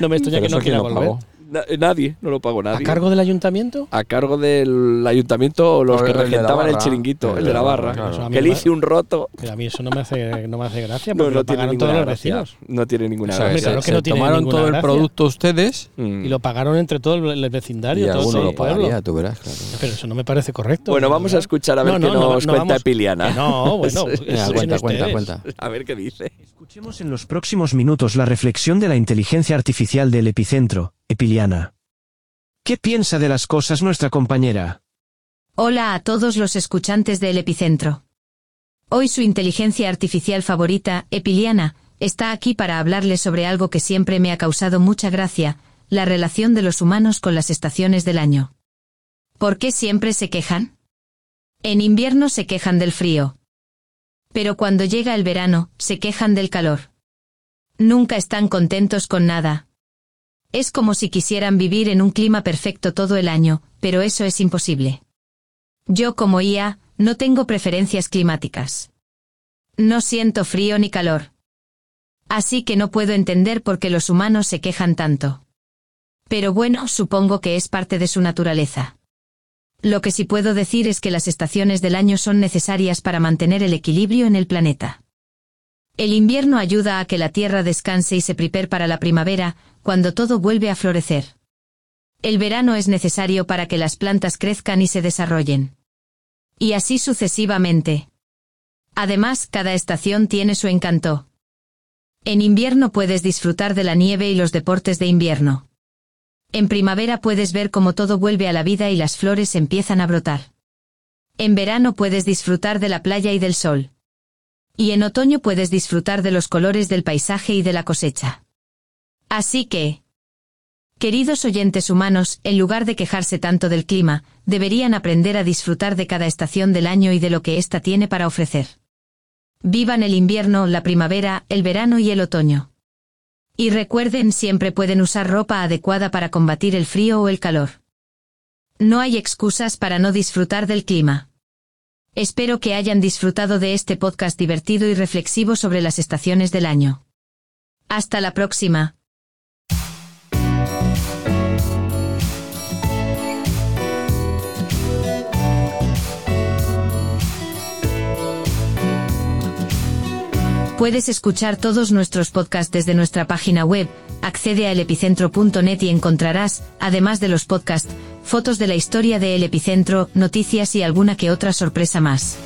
S4: No me
S3: Pero
S4: extraña que
S3: eso ¿quién
S4: no quiera
S3: lo
S4: volver.
S3: pagó?
S2: Na- nadie, no lo pagó
S4: ¿A
S2: nadie.
S4: cargo del ayuntamiento?
S2: A cargo del ayuntamiento o los
S3: O
S2: que
S3: el de la
S2: regentaban el
S3: barra.
S2: chiringuito, el de la barra.
S3: claro.
S4: Eso a mí
S2: Que le
S4: me-
S2: hice un roto.
S4: Pero a mí eso no me hace, no me hace gracia
S2: No,
S4: porque
S2: no
S4: lo
S2: tiene
S4: pagaron
S2: ninguna
S4: todos los
S2: gracia.
S4: vecinos.
S2: No tiene ninguna
S3: O sea,
S4: Hombre,
S2: gracia.
S4: claro
S3: se-
S4: que no
S3: se
S4: tiene
S3: tomaron
S4: ninguna
S3: todo el
S4: gracia.
S3: producto ustedes
S2: Mm.
S4: Y lo pagaron entre todo el el vecindario,
S3: y
S4: todo
S3: alguno
S4: el
S3: lo
S4: pueblo.
S3: pagaría, tú verás, claro.
S4: Pero eso no me parece correcto.
S2: Bueno,
S4: la
S2: vamos a
S4: verdad.
S2: escuchar a ver qué nos cuenta
S4: vamos-
S2: Epiliana.
S4: que No, bueno,
S2: (laughs) Sí.
S4: escuchen
S3: Venga, cuenta, cuenta,
S4: ustedes.
S2: (laughs)
S3: cuenta.
S2: A ver qué dice.
S1: Escuchemos en los próximos minutos la reflexión de la inteligencia artificial del epicentro, Epiliana. ¿Qué piensa de las cosas nuestra compañera?
S5: Hola a todos los escuchantes del epicentro. Hoy su inteligencia artificial favorita, Epiliana, está aquí para hablarles sobre algo que siempre me ha causado mucha gracia, la relación de los humanos con las estaciones del año. ¿Por qué siempre se quejan? En invierno se quejan del frío. Pero cuando llega el verano, se quejan del calor. Nunca están contentos con nada. Es como si quisieran vivir en un clima perfecto todo el año, pero eso es imposible. Yo como IA, no tengo preferencias climáticas. No siento frío ni calor. Así que no puedo entender por qué los humanos se quejan tanto. Pero bueno, supongo que es parte de su naturaleza. Lo que sí puedo decir es que las estaciones del año son necesarias para mantener el equilibrio en el planeta. El invierno ayuda a que la Tierra descanse y se prepare para la primavera, cuando todo vuelve a florecer. El verano es necesario para que las plantas crezcan y se desarrollen. Y así sucesivamente. Además, cada estación tiene su encanto. En invierno puedes disfrutar de la nieve y los deportes de invierno. En primavera puedes ver cómo todo vuelve a la vida y las flores empiezan a brotar. En verano puedes disfrutar de la playa y del sol. Y en otoño puedes disfrutar de los colores del paisaje y de la cosecha. Así que, Queridos oyentes humanos, en lugar de quejarse tanto del clima, deberían aprender a disfrutar de cada estación del año y de lo que ésta tiene para ofrecer. Vivan el invierno, la primavera, el verano y el otoño. Y recuerden siempre pueden usar ropa adecuada para combatir el frío o el calor. No hay excusas para no disfrutar del clima. Espero que hayan disfrutado de este podcast divertido y reflexivo sobre las estaciones del año. Hasta la próxima. Puedes escuchar todos nuestros podcasts desde nuestra página web, accede a elepicentro.net y encontrarás, además de los podcasts, fotos de la historia de El Epicentro, noticias y alguna que otra sorpresa más.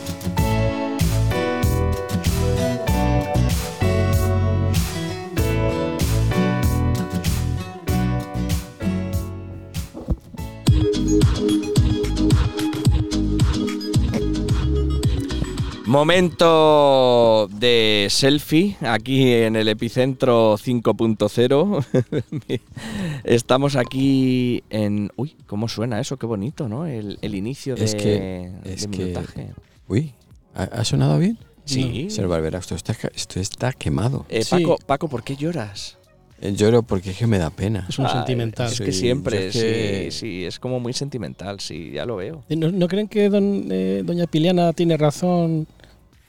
S2: Momento de selfie aquí en el epicentro 5.0. (laughs) Estamos aquí en. Uy, cómo suena eso, qué bonito, ¿no? El, el inicio
S3: Es
S2: de,
S3: que-
S2: de
S3: es que-
S2: minutaje.
S3: Uy, ¿ha, ha sonado bien?
S2: Sí.
S3: Señor Barbera, esto está, ca- esto está quemado.
S2: Eh,
S4: Sí.
S2: Paco, Paco, ¿por qué lloras?
S3: Eh, Lloro porque es que me da pena.
S4: Es un
S2: Ay,
S4: sentimental.
S2: Es que
S3: Sí,
S2: siempre,
S3: yo es que-
S2: sí, sí, es como muy sentimental, sí, ya lo veo.
S4: Eh, ¿No, no creen que don, eh, doña Piliana tiene razón?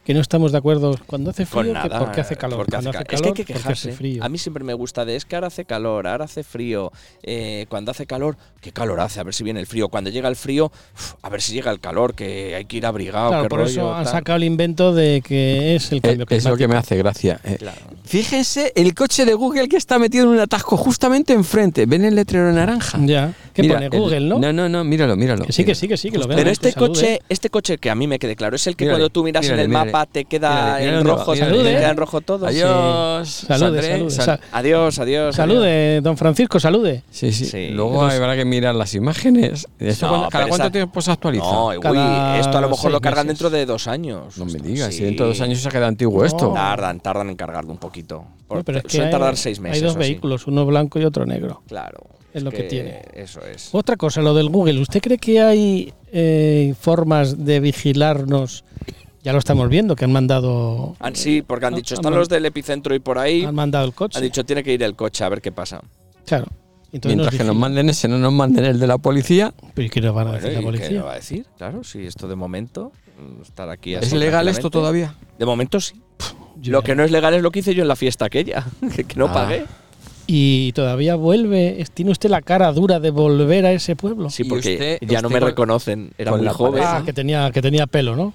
S4: Que no estamos de acuerdo cuando hace frío,
S2: Con
S4: que
S2: nada.
S4: porque hace calor.
S2: porque hace
S4: cuando
S2: ca-
S4: hace
S2: es que hay
S4: calor,
S2: que
S4: porque
S2: quejarse.
S4: hace frío.
S2: A mí siempre me gusta de es que ahora hace calor, ahora hace frío. eh, cuando hace calor, qué calor hace, a ver si viene el frío. Cuando llega el frío, uf, a ver si llega el calor, que hay que ir abrigado.
S4: claro,
S2: qué
S4: por
S2: rollo,
S4: eso han
S2: tal.
S4: sacado el invento de que es el
S3: Eh,
S4: cambio
S3: es
S4: climático.
S3: lo que me hace gracia. Eh,
S2: Claro.
S3: Fíjense el coche de Google que está metido en un atasco justamente enfrente. ¿Ven el letrero naranja?
S4: Ya. Que
S3: Mira,
S4: pone
S3: el-
S4: Google, ¿no?
S3: No, no, no, míralo, míralo.
S4: Que sí, que
S3: míralo.
S4: sí, que sí, que lo vean.
S2: Pero este
S4: que salude.
S2: coche, este coche que a mí me quede claro, es el que
S3: Mírale,
S2: cuando tú miras
S3: mírale,
S2: en el
S3: mírale.
S2: mapa te queda
S3: Mírale, mírale
S2: en
S3: dónde
S2: rojo, te
S3: va,
S4: mírale,
S2: queda
S4: mírale.
S2: en rojo todo.
S4: Ahí-
S3: Adiós.
S4: Salude,
S3: Sandré,
S4: salude,
S3: sal-
S4: sal-
S2: Adiós, adiós. adiós.
S4: Salude, don Francisco, salude.
S3: Sí, sí.
S2: Sí.
S3: Luego habrá que mirar las imágenes. Esto
S2: No,
S3: cuando-
S2: pero
S3: ¿Cada cuánto
S2: esa-
S3: tiempo se actualiza?
S2: No, uy,
S4: Cada
S2: esto a lo mejor
S4: seis
S2: lo cargan
S4: meses.
S2: dentro de dos años.
S3: No me
S2: Ostras,
S3: digas,
S2: sí.
S3: si dentro de dos años se queda antiguo esto.
S2: Tardan, tardan en cargarlo un poquito. Por-
S4: No, pero es que
S2: suelen
S4: hay-
S2: tardar seis meses.
S4: Hay dos
S2: o así.
S4: vehículos, uno blanco y otro negro.
S2: Claro.
S4: Es lo que tiene.
S2: Eso es.
S4: Otra cosa, lo del Google. ¿Usted cree que hay eh, formas de vigilarnos? Ya lo estamos viendo, que han mandado,
S2: Ah, sí, porque han
S4: No,
S2: dicho,
S4: han
S2: están
S4: man-
S2: los del epicentro y por ahí.
S4: han mandado el coche.
S2: Han dicho, tiene que ir el coche a ver qué pasa.
S4: Claro. Entonces
S3: Mientras que nos
S4: vigilan.
S3: manden ese, no nos manden el de la policía.
S4: ¿Pero y qué nos van a
S2: Bueno,
S4: decir
S2: ¿y
S4: la
S2: ¿Qué
S4: policía?
S2: le va a decir? Claro, sí, esto de momento. mm, Estar aquí
S3: ¿Es
S2: así
S3: legal esto
S2: tranquilamente.
S3: todavía?
S2: De momento sí.
S4: Yo
S2: Lo
S4: ya-
S2: que no es legal es lo que hice yo en la fiesta aquella, (laughs) que, que no
S3: Ah.
S2: pagué.
S4: Y todavía vuelve. ¿Tiene usted la cara dura de volver a ese pueblo?
S2: Sí,
S3: ¿Y
S2: porque
S3: usted-
S2: ya no
S3: usted
S2: me
S3: con-
S2: reconocen. Era
S3: con
S2: muy
S3: la
S2: joven.
S4: Ah, que tenía, que tenía
S2: (coughs)
S4: pelo, ¿no?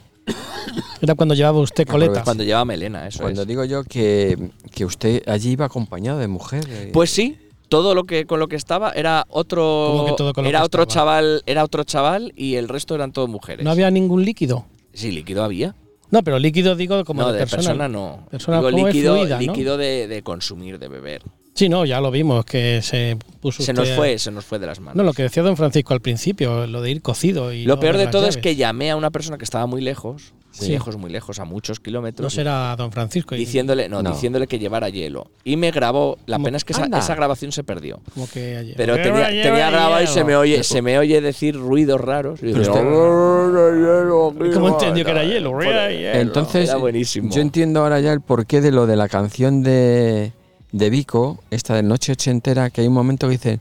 S4: Era cuando llevaba usted coleta.
S2: Cuando llevaba melena,
S4: Pues
S2: eso
S3: Cuando
S2: es.
S3: digo yo que, que usted allí iba acompañado de mujer. eh,
S2: Pues sí, todo lo que con lo que estaba era otro
S4: ¿Cómo que todo con lo
S2: era
S4: que
S2: otro
S4: estaba?
S2: chaval, era otro chaval y el resto eran todos mujeres.
S4: No había ningún líquido.
S2: Sí, líquido había.
S4: No, pero líquido digo como
S2: no,
S4: de, persona.
S2: no.
S4: Persona
S2: Digo,
S4: como es
S2: líquido,
S4: fluida, ¿no?
S2: líquido de, de consumir, de beber.
S4: Sí, no, ya lo vimos, que se puso
S2: Se
S4: usted-
S2: nos fue, se nos fue de las manos.
S4: No, lo que decía don Francisco al principio, lo de ir cocido. Y
S2: Lo
S4: no
S2: peor
S4: ver
S2: de
S4: las
S2: todo es
S4: llaves.
S2: que llamé a una persona que estaba muy lejos, muy
S4: Sí.
S2: lejos, muy lejos, a muchos kilómetros.
S4: No será don Francisco. y-
S2: Diciéndole, no,
S3: No.
S2: diciéndole que llevara hielo. Y me grabó. La
S4: Como-
S2: pena es que esa,
S3: anda.
S2: esa grabación se perdió.
S4: Como que ayer.
S2: Pero
S4: Porque
S2: tenía,
S4: ahora lleva
S2: tenía grabado y
S4: hielo.
S2: se me oye, se me oye decir ruidos raros. Y dice,
S3: usted-
S2: "Oh, hielo,
S4: ¿Cómo
S2: hielo".
S4: entendió que era hielo?
S2: Por-
S4: Era hielo.
S3: Entonces,
S2: Era buenísimo.
S3: yo entiendo ahora ya el porqué de lo de la canción de, de Vico, esta de Noche Ochentera, que hay un momento que dicen...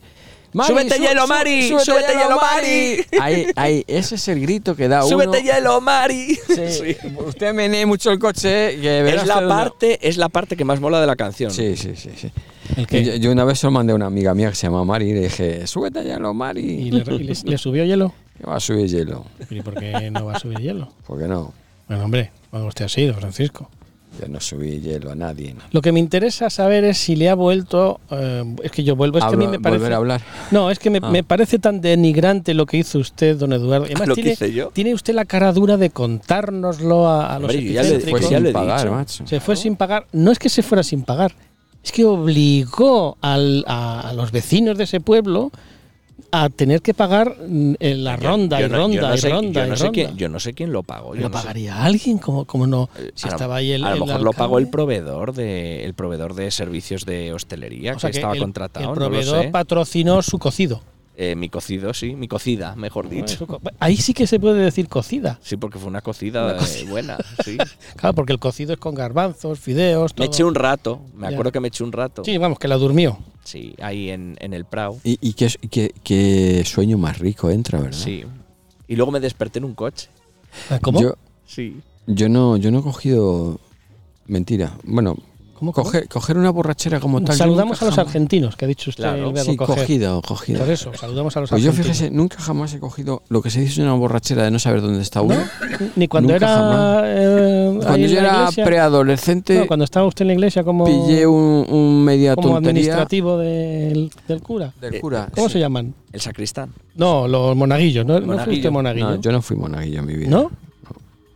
S2: ¡Súbete hielo, Mari! ¡Súbete hielo, Mari!
S3: Ahí, ahí, ese es el grito que da
S2: ¡Súbete
S3: uno.
S2: hielo, Mari! (laughs)
S3: Sí,
S2: Sí.
S3: Usted menee mucho el coche, que
S2: Es
S3: verá usted
S2: la,
S3: dónde-
S2: parte, es la parte que más mola de la canción.
S3: Sí, sí, sí. sí.
S4: ¿El qué?
S3: Yo, yo una vez se lo mandé a una amiga mía que se llama Mari y le dije, súbete a hielo,
S4: ¿Y
S3: Mari.
S4: le, y le- le subió hielo?
S3: (laughs) Que va a subir hielo.
S4: ¿Y por qué no va a subir hielo?
S3: ¿Por qué no?
S4: Bueno, hombre, cuando usted ha sido, Francisco.
S3: Yo no subí hielo a nadie. ¿no?
S4: Lo que me interesa saber es si le ha vuelto. eh, es que yo vuelvo. Es que a mí
S3: Hablo-
S4: me parece.
S3: Volver a hablar.
S4: No, es que me,
S3: Ah.
S4: me parece tan denigrante lo que hizo usted,
S2: (laughs)
S4: don Eduardo. Además,
S2: ¿Lo que
S4: tiene,
S2: hice yo?
S4: tiene usted la cara dura de contárnoslo a, a los
S2: Hombre, yo ya le-
S3: Fue
S4: epicéntricos.
S2: Pues ya lo
S3: sin
S2: he
S3: pagar,
S2: dicho.
S3: macho.
S4: Se fue sin pagar. No es que se fuera sin pagar, es que obligó al- a, a los vecinos de ese pueblo a tener que pagar mm, eh, la
S2: Yo-
S4: ronda
S2: yo
S4: y
S2: no- yo
S4: ronda
S2: no
S4: y
S2: sé-
S4: ronda
S2: yo no
S4: y
S2: sé
S4: ronda.
S2: quién- Yo no sé quién lo pagó. yo
S4: ¿Lo
S2: no sé-
S4: pagaría alguien? como como no? Si
S2: a lo-
S4: estaba ahí el.
S2: a lo
S4: el
S2: mejor lo pagó el
S4: alcalde.
S2: proveedor de el proveedor de servicios de hostelería
S4: O sea
S2: que,
S4: que
S2: estaba
S4: el-
S2: contratado.
S4: El
S2: no lo
S4: proveedor
S2: sé.
S4: patrocinó su cocido.
S2: Eh, mi cocido, sí, mi cocida, mejor dicho.
S4: Su co- Ahí sí que se puede decir cocida.
S2: Sí, porque fue una cocida, eh, buena,
S4: (laughs)
S2: sí.
S4: Claro, porque el cocido es con garbanzos, fideos, todo.
S2: Me eché un rato, me
S4: Ya.
S2: acuerdo que me eché un rato.
S4: Sí, vamos, que la durmió.
S2: Sí, ahí en, en el Prado.
S3: Y, y qué, qué- qué sueño más rico entra, ¿verdad?
S2: Sí. Y luego me desperté en un coche.
S4: ¿Cómo?
S3: Yo,
S2: Sí.
S3: yo no, yo no he cogido. Mentira. Bueno,
S4: ¿Cómo, cómo?
S3: coger, coger una borrachera como tal. yo
S4: saludamos
S3: nunca
S4: a los
S3: jamás-
S4: argentinos, que ha dicho usted
S2: Claro.
S4: el verbo
S3: Sí,
S4: coger.
S3: cogido, cogido.
S4: Por eso, saludamos a los
S3: Pues yo,
S4: argentinos.
S3: fíjese, nunca jamás he cogido lo que se dice una borrachera de no saber dónde está uno.
S4: ¿No? Ni cuando
S3: Nunca jamás.
S4: era. eh, ahí
S3: Cuando
S4: en
S3: yo
S4: la
S3: era
S4: iglesia.
S3: preadolescente,
S4: No, cuando estaba usted en la iglesia como,
S3: pillé un, un media
S4: como
S3: tontería
S4: administrativo del, del cura.
S3: del
S2: Eh,
S3: cura.
S4: ¿Cómo
S3: sí.
S4: se llaman?
S2: El sacristán.
S4: No, los monaguillos. ¿No, ¿No fue
S2: Monaguillo.
S4: usted monaguillo?
S3: No, yo no fui monaguillo en mi vida.
S4: ¿No?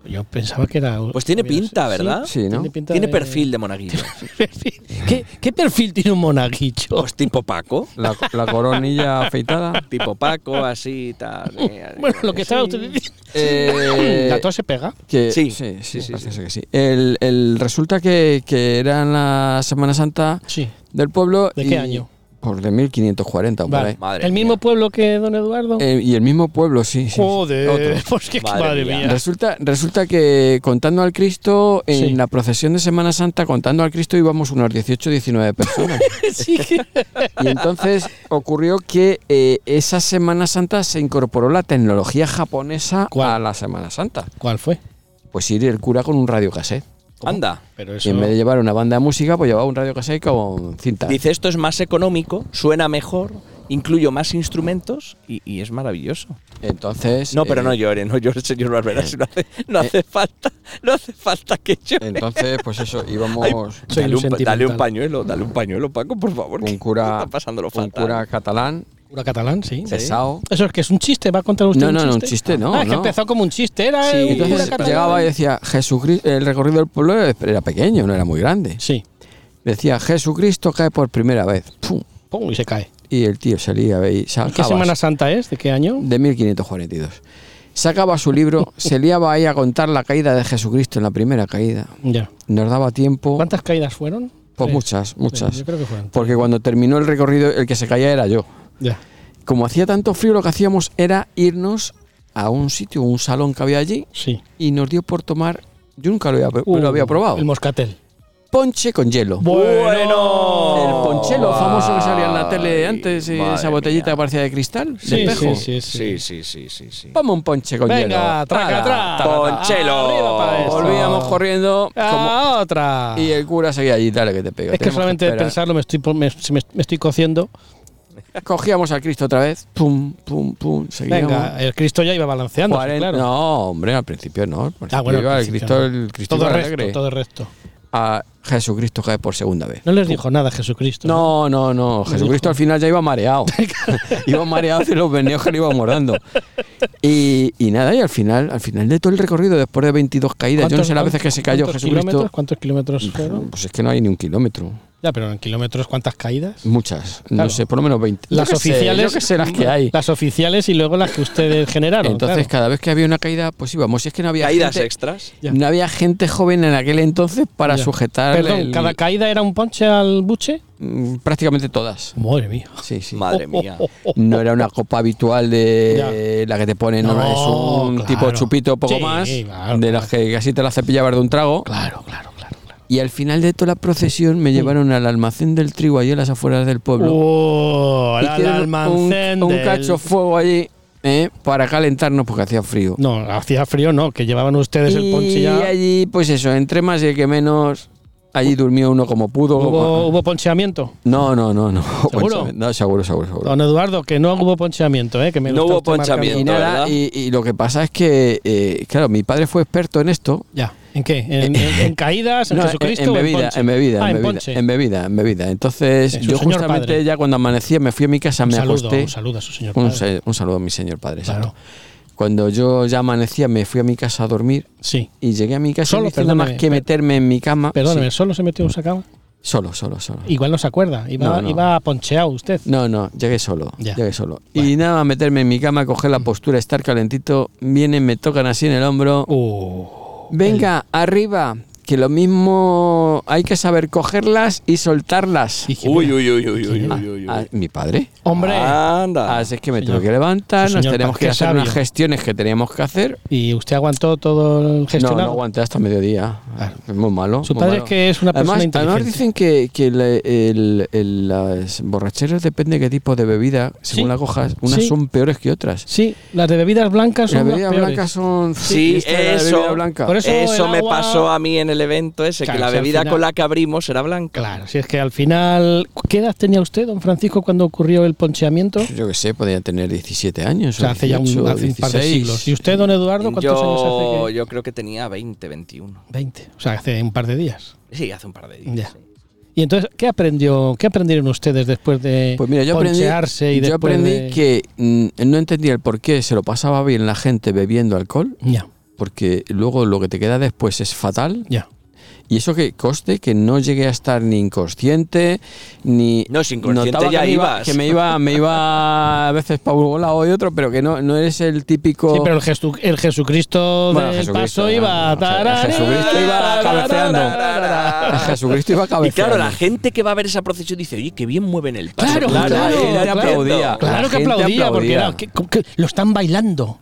S4: Yo pensaba que era.
S2: Pues tiene pinta, ¿verdad?
S3: Sí, ¿no?
S4: pinta
S2: Tiene
S4: de-
S2: perfil de monaguillo.
S4: perfil. (laughs) ¿Qué, qué perfil tiene un monaguillo?
S2: Pues tipo Paco.
S3: La,
S2: (laughs)
S3: la coronilla afeitada.
S4: (laughs)
S2: Tipo Paco, así, tal. eh,
S4: Bueno, lo que
S2: sí.
S4: estaba usted diciendo.
S2: Eh,
S4: (laughs) ¿La tos se pega?
S3: Que-
S2: Sí,
S3: sí,
S2: sí,
S3: sí,
S2: sí,
S3: parece
S2: sí.
S3: ser que sí. El, el- resulta que, que era en la Semana Santa
S4: Sí.
S3: del pueblo.
S4: ¿De
S3: y-
S4: qué año?
S3: Por de 1540 o por
S4: Vale.
S3: ahí.
S2: Madre
S4: ¿El
S2: mía.
S4: mismo pueblo que don Eduardo?
S3: Eh, y el mismo pueblo, sí. sí, sí.
S4: Joder,
S3: Otro.
S4: (laughs) pues que
S2: Madre
S4: madre,
S2: mía.
S4: mía.
S3: Resulta, resulta que contando al Cristo, en
S4: Sí.
S3: la procesión de Semana Santa, contando al Cristo, íbamos unos 18 19
S4: (laughs)
S3: personas.
S4: Sí que-
S3: y entonces ocurrió que eh, esa Semana Santa se incorporó la tecnología japonesa
S4: ¿Cuál?
S3: a la Semana Santa.
S4: ¿Cuál fue?
S3: Pues ir el cura con un radio cassette.
S2: Anda.
S4: Pero
S3: Y en vez de llevar una banda de música, pues llevaba un radio cassette con cinta.
S2: Dice, esto es más económico, suena mejor, incluyo más instrumentos y, y es maravilloso.
S3: Entonces.
S2: No, pero
S3: eh,
S2: no llore, no llore, señor
S4: Eh,
S2: Barberá, si no hace, no hace falta, no hace falta que llore.
S3: Entonces,
S2: (laughs)
S3: pues eso,
S2: Ay,
S3: íbamos.
S4: soy
S2: dale, un, pa- dale
S4: un
S2: un
S4: sentimental.
S2: pañuelo, dale un pañuelo, Paco, por favor. que
S3: un cura,
S2: Está pasándolo
S3: un
S2: fatal.
S3: cura catalán,
S4: Cura catalán, sí.
S3: pesado.
S4: ¿Eso es que es un chiste? ¿Va a contar usted
S3: No,
S4: un
S3: no,
S4: chiste?
S3: no, un chiste, no,
S4: Ah, es que
S3: no.
S4: empezó como un chiste, era
S2: Sí,
S4: un cura
S3: Entonces
S4: catalán.
S3: llegaba y decía, Jesucristo, el recorrido del pueblo era pequeño, no era muy grande.
S4: Sí.
S3: Decía, Jesucristo cae por primera vez. ¡Pum!
S4: Pum, y se cae.
S3: Y el tío salía y
S4: ¿Y ¿Qué
S3: sacaba
S4: Semana Santa es? ¿De qué año?
S3: de 1542. Sacaba su libro, se liaba ahí a contar la caída de Jesucristo en la primera caída.
S4: Ya.
S3: Nos daba tiempo.
S4: ¿Cuántas caídas fueron?
S3: Pues
S4: Tres.
S3: muchas, muchas.
S4: Yo creo que fueron.
S3: Porque cuando terminó el recorrido, el que se caía era yo.
S4: Ya.
S3: Como hacía tanto frío, lo que hacíamos era irnos a un sitio, un salón que había allí,
S4: Sí.
S3: y nos dio por tomar. Yo nunca lo había, lo
S4: Uh,
S3: había probado.
S4: El moscatel.
S3: ponche con hielo.
S2: Bueno.
S4: Oh.
S3: El ponchelo famoso que salía en la tele
S2: Ay,
S3: antes, eh,
S2: madre
S3: esa botellita
S2: mía.
S3: que parecía de cristal, de
S4: Sí,
S3: espejo.
S4: sí, sí, sí.
S2: Sí, sí, sí, sí, sí.
S3: Vamos un ponche con
S4: Venga,
S3: hielo.
S4: traca, Ah.
S3: Ala.
S4: traca.
S2: Ponchelo.
S4: Arriba para esto.
S3: Volvíamos corriendo como-
S4: A otra.
S3: y el cura seguía allí, dale que te pega.
S4: Ah. es que
S3: Tenemos
S4: solamente de
S3: esperar.
S4: pensarlo me estoy, me, se me- me estoy cociendo.
S3: Cogíamos al Cristo otra vez, pum, pum, pum, seguíamos.
S4: Venga, el Cristo ya iba balanceando.
S3: Cuaren-
S4: claro.
S3: No, hombre, al principio no. al principio
S4: Ah, bueno,
S3: iba
S4: al
S3: el
S4: principio
S3: Cristo,
S4: no.
S3: el Cristo
S4: todo
S3: iba
S4: el resto,
S3: alegre.
S4: todo el resto.
S3: A Jesucristo cae por segunda vez.
S4: No les dijo nada Jesucristo.
S3: No, no, no. Jesucristo al final ya iba
S4: (laughs)
S3: mareado. iba mareado de los veneos que le íbamos dando. Y, y nada, y al final, al final de todo el recorrido, después de 22 caídas, yo no
S4: ¿Cuántos-
S3: sé las veces que se cayó
S4: cuántos
S3: Jesucristo.
S4: kilómetros? ¿Cuántos kilómetros fueron?
S3: Pues es que no hay ni un kilómetro.
S4: Ya, pero en kilómetros, ¿cuántas caídas?
S3: Muchas. No
S4: Claro.
S3: sé, por lo menos 20. Yo
S4: Las
S3: qué sé,
S4: oficiales.
S3: yo qué sé las que hay.
S4: Las oficiales y luego las que ustedes
S3: (laughs)
S4: generaron.
S3: Entonces,
S4: claro.
S3: cada vez que había una caída, pues íbamos. Y es que no había
S2: Caídas
S3: gente,
S2: extras.
S4: Ya.
S3: no había gente joven en aquel entonces para
S4: Ya.
S3: sujetar
S4: Perdón,
S3: el-
S4: ¿cada caída era un ponche al buche?
S3: mm, prácticamente todas.
S4: Madre mía.
S3: Sí, sí.
S2: Madre mía.
S4: (laughs) Oh, oh, oh.
S3: no era una copa habitual de la que te ponen, no,
S4: No,
S3: es un
S4: claro.
S3: tipo chupito poco
S4: Sí,
S3: más,
S4: claro,
S3: de las que casi te la cepillabas de un trago.
S4: Claro, claro, claro. claro. Mm.
S3: Y al final de toda la procesión me llevaron al almacén del trigo allí en las afueras del pueblo.
S4: Oh,
S3: Y
S4: la- la
S3: hicieron
S4: almacén
S3: un, un
S4: del-
S3: cacho fuego allí eh, para calentarnos porque hacía frío.
S4: No, hacía frío, no, que llevaban ustedes el ponche
S3: y
S4: ya.
S3: allí, pues eso, entre más y el que menos, allí durmió uno como pudo.
S4: ¿Hubo, hubo poncheamiento?
S3: No, no, no, (laughs) no.
S4: ¿Seguro?
S3: No, seguro, seguro, seguro.
S4: Don Eduardo, que no hubo poncheamiento, ¿eh? Que me
S2: No
S4: lo
S2: hubo
S4: está usted
S2: ponchamiento.
S3: Y
S4: marcando.
S3: nada,
S2: ¿verdad?
S3: y, y lo que pasa es que, eh, claro, mi padre fue experto en esto
S4: Ya. ¿En qué?
S3: (laughs)
S4: ¿En, en- en caídas? ¿En
S3: No,
S4: Jesucristo?
S3: en
S4: o
S3: bebida,
S4: ponche?
S3: en bebida,
S4: Ah,
S3: en
S4: en
S3: bebida,
S4: ponche.
S3: en bebida, en bebida. Entonces,
S4: Eh, su
S3: yo
S4: señor
S3: justamente
S4: padre.
S3: ya cuando amanecía me fui a mi casa,
S4: un
S3: me
S4: saludo,
S3: acosté.
S4: un saludo a su señor
S3: Un
S4: padre.
S3: sa- un saludo a mi señor padre.
S4: Claro.
S3: exacto. Cuando yo ya amanecía me fui a mi casa a dormir
S4: Sí.
S3: y llegué a mi casa
S4: Solo,
S3: no hice nada más
S4: perdóname,
S3: que
S4: per-
S3: meterme en mi cama.
S4: Perdóneme,
S3: Sí,
S4: ¿solo se metió un sacado?
S3: solo, solo, solo.
S4: Igual no se acuerda. Iba,
S3: No, no.
S4: iba poncheado usted.
S3: No, no, llegué solo.
S4: Ya.
S3: Llegué solo. Y
S4: Bueno. Mm.
S3: nada, más meterme en mi cama, coger la postura, estar calentito. Vienen, me tocan así en el hombro.
S4: Uh,
S3: Venga, arriba, que lo mismo hay que saber cogerlas y soltarlas.
S4: dije,
S2: Uy,
S4: mira,
S2: uy, uy, uy, uy,
S3: Ah,
S2: uy, uy,
S3: ah,
S2: uy.
S3: mi padre.
S4: Hombre,
S3: Ah.
S2: Anda.
S3: Así es que me
S4: Ah, Señor.
S3: tuve que levantar,
S4: Sí,
S3: nos
S4: señor,
S3: teníamos que
S4: qué
S3: hacer
S4: sabio.
S3: unas gestiones que teníamos que hacer.
S4: ¿y usted aguantó todo el
S3: No, no
S4: gestionado?
S3: aguanté hasta mediodía. Ah,
S4: Claro.
S3: Es muy malo.
S4: Su
S3: muy
S4: padre
S3: malo.
S4: es que es una persona
S3: Además,
S4: inteligente.
S3: además dicen que, que la- el- el- las borracheras depende de qué tipo de bebida, según
S4: Sí.
S3: las cojas, unas
S4: Sí.
S3: son peores que otras.
S4: Sí, las de bebidas blancas
S3: las
S4: son las
S3: bebidas
S4: peores.
S3: blancas son...
S2: Sí,
S3: esta era la
S2: eso.
S3: bebida blanca.
S4: Por
S2: eso
S4: eso el
S2: me
S4: agua-
S2: pasó a mí en el evento ese,
S4: Claro,
S2: que la
S4: o sea, al
S2: bebida
S4: final-
S2: con la que abrimos era blanca.
S4: Claro, si es que al final... ¿Qué edad tenía usted, don Francisco, cuando ocurrió el poncheamiento?
S3: Yo qué sé, podía tener 17 años.
S4: O sea,
S3: o
S4: hace ya un,
S3: 18,
S4: hace un par de
S3: 16.
S4: siglos. ¿Y usted, don Eduardo, cuántos años
S2: Yo,
S4: hace? que-
S2: yo creo que tenía 20, 21.
S4: 20, o sea, hace un par de días.
S2: Sí, hace un par de días.
S4: Ya.
S2: sí.
S4: Y entonces, ¿qué aprendió, qué aprendieron ustedes después de
S3: Pues mira, yo aprendí,
S4: ponchearse y
S3: yo
S4: después
S3: aprendí
S4: de-
S3: que mm, no entendía el por qué se lo pasaba bien la gente bebiendo alcohol,
S4: Ya,
S3: porque luego lo que te queda después es fatal.
S4: ya.
S3: Y eso que coste que no llegué a estar ni inconsciente, ni.
S2: No, si inconsciente
S3: notaba
S2: ya
S3: que me iba-
S2: ibas.
S3: que me iba, me iba a veces para un volado y otro, pero que no, no eres el típico.
S4: Sí, pero el, Jesu- el Jesucristo
S3: Bueno,
S4: del
S3: Jesucristo,
S4: paso iba
S3: no,
S4: a
S3: no,
S4: eh,
S3: o sea,
S4: tarar.
S3: el Jesucristo iba cabeceando. A Jesucristo iba
S2: Y
S3: cabeceando.
S2: claro, la gente que va a ver esa procesión dice, oye, qué bien mueven el paso.
S4: Claro,
S3: Claro,
S4: claro,
S3: la gente
S4: claro.
S3: aplaudía.
S4: Claro
S3: La
S4: que
S3: gente
S4: aplaudía, porque
S3: aplaudía.
S4: era, que- que- lo están bailando.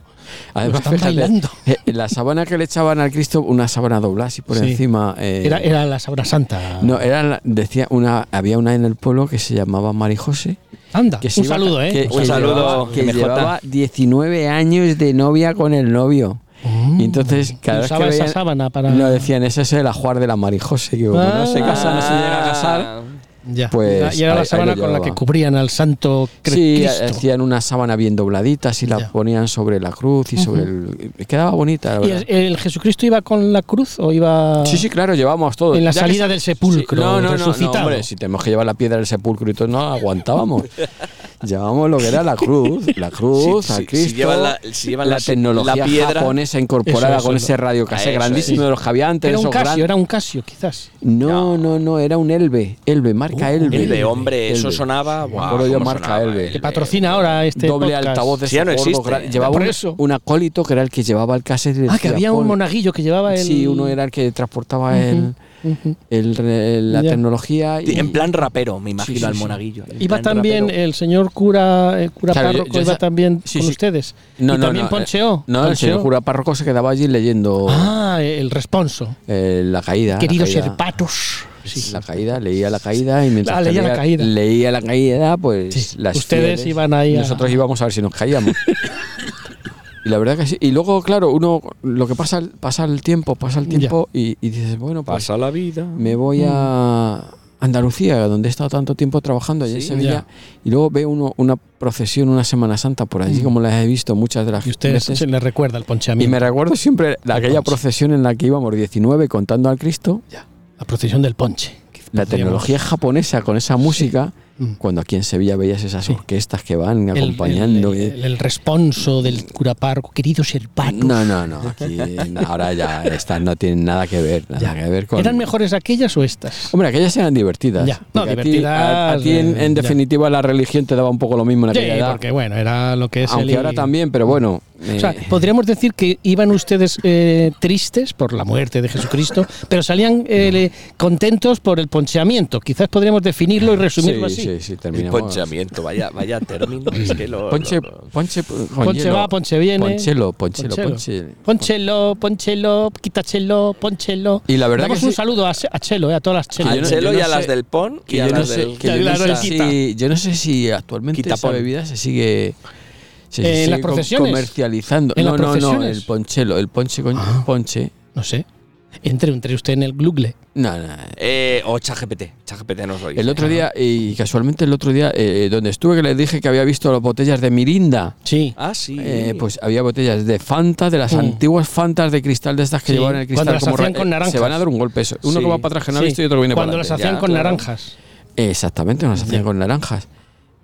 S3: Además,
S4: Lo están
S3: fíjate,
S4: bailando.
S3: eh, la sábana que le echaban al Cristo, una sábana doblada así por
S4: Sí.
S3: encima. eh,
S4: Era, era la Sabra Santa.
S3: No, era la- decía una, había una en el pueblo que se llamaba Mari José.
S4: Anda,
S3: Que se
S4: un
S3: iba-
S4: saludo, ¿eh?
S3: que-
S2: Un
S3: que
S2: saludo,
S3: llevaba- que
S2: MJ.
S3: llevaba 19 años de novia con el novio. Y entonces, cada vez que
S4: Mm. usaba esa
S3: veían-
S4: sábana para-
S3: No, decían, ese es el ajuar de la Mari José, que como no se
S4: Ah.
S3: casa, no se llega a casar.
S2: Ah.
S4: Ya.
S3: pues,
S4: y era
S3: ahí-
S4: la
S3: ahí
S4: sábana
S3: lo
S4: con la que
S3: llevaba.
S4: cubrían al santo Cre-
S3: Sí,
S4: Cristo.
S3: hacían una sábana bien dobladita, así la
S4: Ya.
S3: ponían sobre la cruz y sobre el... Quedaba bonita, la
S4: ¿Y
S3: verdad.
S4: el, el Jesucristo iba con la cruz o iba.?
S3: Sí, sí, claro, llevábamos todo.
S4: Ah. En la
S3: Ya que
S4: salida
S3: se-
S4: del sepulcro,
S3: no, no, no,
S4: resucitado.
S3: No, hombre, si tenemos que llevar la piedra del sepulcro y todo, no
S4: (laughs)
S3: aguantábamos. Llevábamos lo que era la cruz, la cruz,
S2: Sí, sí,
S3: al
S2: si
S3: Cristo.
S2: llevan la- si llevan la-
S3: tecnología
S2: la piedra-
S3: japonesa incorporada
S4: Eso, eso,
S3: con
S4: eso.
S3: ese radio
S2: Ah, eso,
S3: grandísimo
S2: eso.
S3: de los que había antes.
S4: era un
S3: esos
S4: Casio,
S3: gran-
S4: era un Casio, quizás.
S3: No, no, no, era un Elbe, Elbe, marca
S4: Uh,
S3: Elbe.
S2: El de hombre, eso sonaba.
S3: Me
S2: guau,
S3: acuerdo yo,
S2: cómo
S3: marca
S2: sonaba, eh?
S3: Elbe.
S2: el
S3: Que
S4: Que patrocina ahora este.
S3: eh, Doble
S4: podcast.
S3: altavoz de
S2: Sí, ya no
S3: esos gordos
S2: existe.
S3: gran- Llevaba
S4: Por
S3: un,
S4: eso.
S3: un acólito que era el que llevaba el cassette. y
S4: Ah, que
S3: decía,
S4: había un
S3: "Pon".
S4: monaguillo que llevaba el.
S3: Sí, uno era el que transportaba el, el re- la
S4: Ya.
S3: tecnología.
S2: Ti-
S3: Y,
S2: En plan rapero, me imagino
S3: sí,
S2: al
S3: sí.
S2: monaguillo. En
S4: Iba
S2: plan
S4: también
S3: eh,
S2: rapero.
S4: el señor cura, el cura
S3: Claro, yo-
S4: párroco,
S3: yo
S4: iba
S3: esa-
S4: también
S3: sí,
S4: con
S3: sí.
S4: ustedes. y también
S3: eh,
S4: poncheó.
S3: No, el señor
S4: poncheó.
S3: cura párroco se quedaba allí leyendo
S4: Ah, el responso.
S3: eh, la caída. la
S4: Queridos
S3: caída.
S4: herpatos. Sí.
S3: La caída, leía la caída y mientras
S4: Ah, leía
S3: que
S4: la caída.
S3: leía la caída, pues
S4: Sí,
S3: las
S4: ustedes
S3: fieles,
S4: iban ahí a-
S3: Nosotros íbamos a ver si nos
S4: (laughs)
S3: caíamos. y la verdad que sí. Y luego, claro, uno lo que pasa, pasa el tiempo, pasa el
S4: Ya.
S3: tiempo y, y dices, bueno, pues
S2: Pasa la vida.
S3: me voy a Andalucía, donde he estado tanto tiempo trabajando allí en
S2: Sí,
S3: Sevilla,
S4: Mm. ya.
S3: y luego ve uno una procesión, una Semana Santa por allí, como las he visto muchas de las
S4: Mm. Y ustedes
S3: veces.
S4: se les recuerda el
S3: Y
S4: ponchamiento.
S3: me recuerdo siempre de aquella procesión en la que íbamos 19 contando al Cristo,
S4: La procesión del ponche.
S3: la tecnología japonesa con esa música,
S4: Mm.
S3: cuando aquí en Sevilla veías esas
S4: Sí.
S3: orquestas que van
S4: El-
S3: acompañando.
S4: El,
S3: y-
S4: el, el responso del cura párroco. Queridos herpatos.
S3: no, no, no, aquí
S4: (laughs)
S3: ahora ya estas no tienen nada que ver, nada
S4: Ya.
S3: que ver con...
S4: ¿Eran mejores aquellas o estas?
S3: Hombre, aquellas eran divertidas.
S4: Ya. No,
S3: Porque a ti-
S4: divertidas,
S3: A, a ti, en,
S4: eh,
S3: en
S4: ya.
S3: definitiva, la religión te daba un poco lo mismo en
S4: Sí,
S3: aquella edad.
S4: porque bueno, era lo que es
S3: Aunque
S4: el-
S3: ahora también, pero bueno.
S4: O sea,
S3: eh,
S4: podríamos decir que iban ustedes eh, tristes por la muerte de Jesucristo, pero salían eh, le- contentos por el poncheamiento. Quizás podríamos definirlo y resumirlo
S3: sí,
S4: así.
S3: sí, sí,
S2: El
S3: terminamos.
S2: ponchamiento, vaya, vaya término. es que lo-
S3: Ponche,
S2: lo- lo-
S3: ponche,
S4: Ponche va, ponche viene.
S3: Ponchelo, ponchelo, ponche.
S4: Ponchelo, ponchelo, quítachelo, ponchelo.
S3: Y la verdad
S4: Damos
S3: que
S4: un
S3: sí.
S4: saludo a, a Chelo, eh, a todas las
S3: Ah,
S4: Chelos.
S3: yo
S2: a
S3: no-
S2: Chelo
S3: yo
S2: y a
S3: no
S2: las
S3: sé-
S2: del pon y
S3: Que
S2: a
S3: yo, no
S2: las
S3: sé,
S2: del.
S3: que yo no
S4: Claro,
S3: sé
S4: el quita.
S3: si, yo no sé si actualmente
S2: Quitapón.
S3: esa bebida se sigue, se
S4: Eh, ¿en
S3: sigue
S4: las
S3: com-
S4: procesiones?
S3: comercializando.
S4: ¿En
S3: no,
S4: las
S3: no, no,
S4: procesiones?
S3: el ponchelo, el ponche con
S4: Ah.
S3: ponche.
S4: No sé. Entre, entre usted en el Google.
S3: No, no,
S2: Eh, o ChatGPT. ChatGPT no soy.
S3: El otro día, y casualmente el otro día, eh, donde estuve que les dije que había visto las botellas de Mirinda,
S4: Sí.
S2: Ah, sí.
S3: eh, pues había botellas de Fanta, de las
S4: Mm.
S3: antiguas Fantas de cristal, de estas que
S4: Sí,
S3: llevaban en el
S4: cuando
S3: cristal
S4: las
S3: ra-
S4: hacían con
S3: eh,
S4: naranjas.
S3: Se van a dar un golpe. eso. Uno
S2: Sí,
S3: que va para atrás que no ha
S4: Sí.
S3: visto y otro que viene
S4: Cuando
S3: para
S4: las
S3: adelante.
S4: hacían
S2: ya,
S4: con
S2: claro.
S4: naranjas.
S3: Exactamente, nos hacían
S4: Ya.
S3: con naranjas.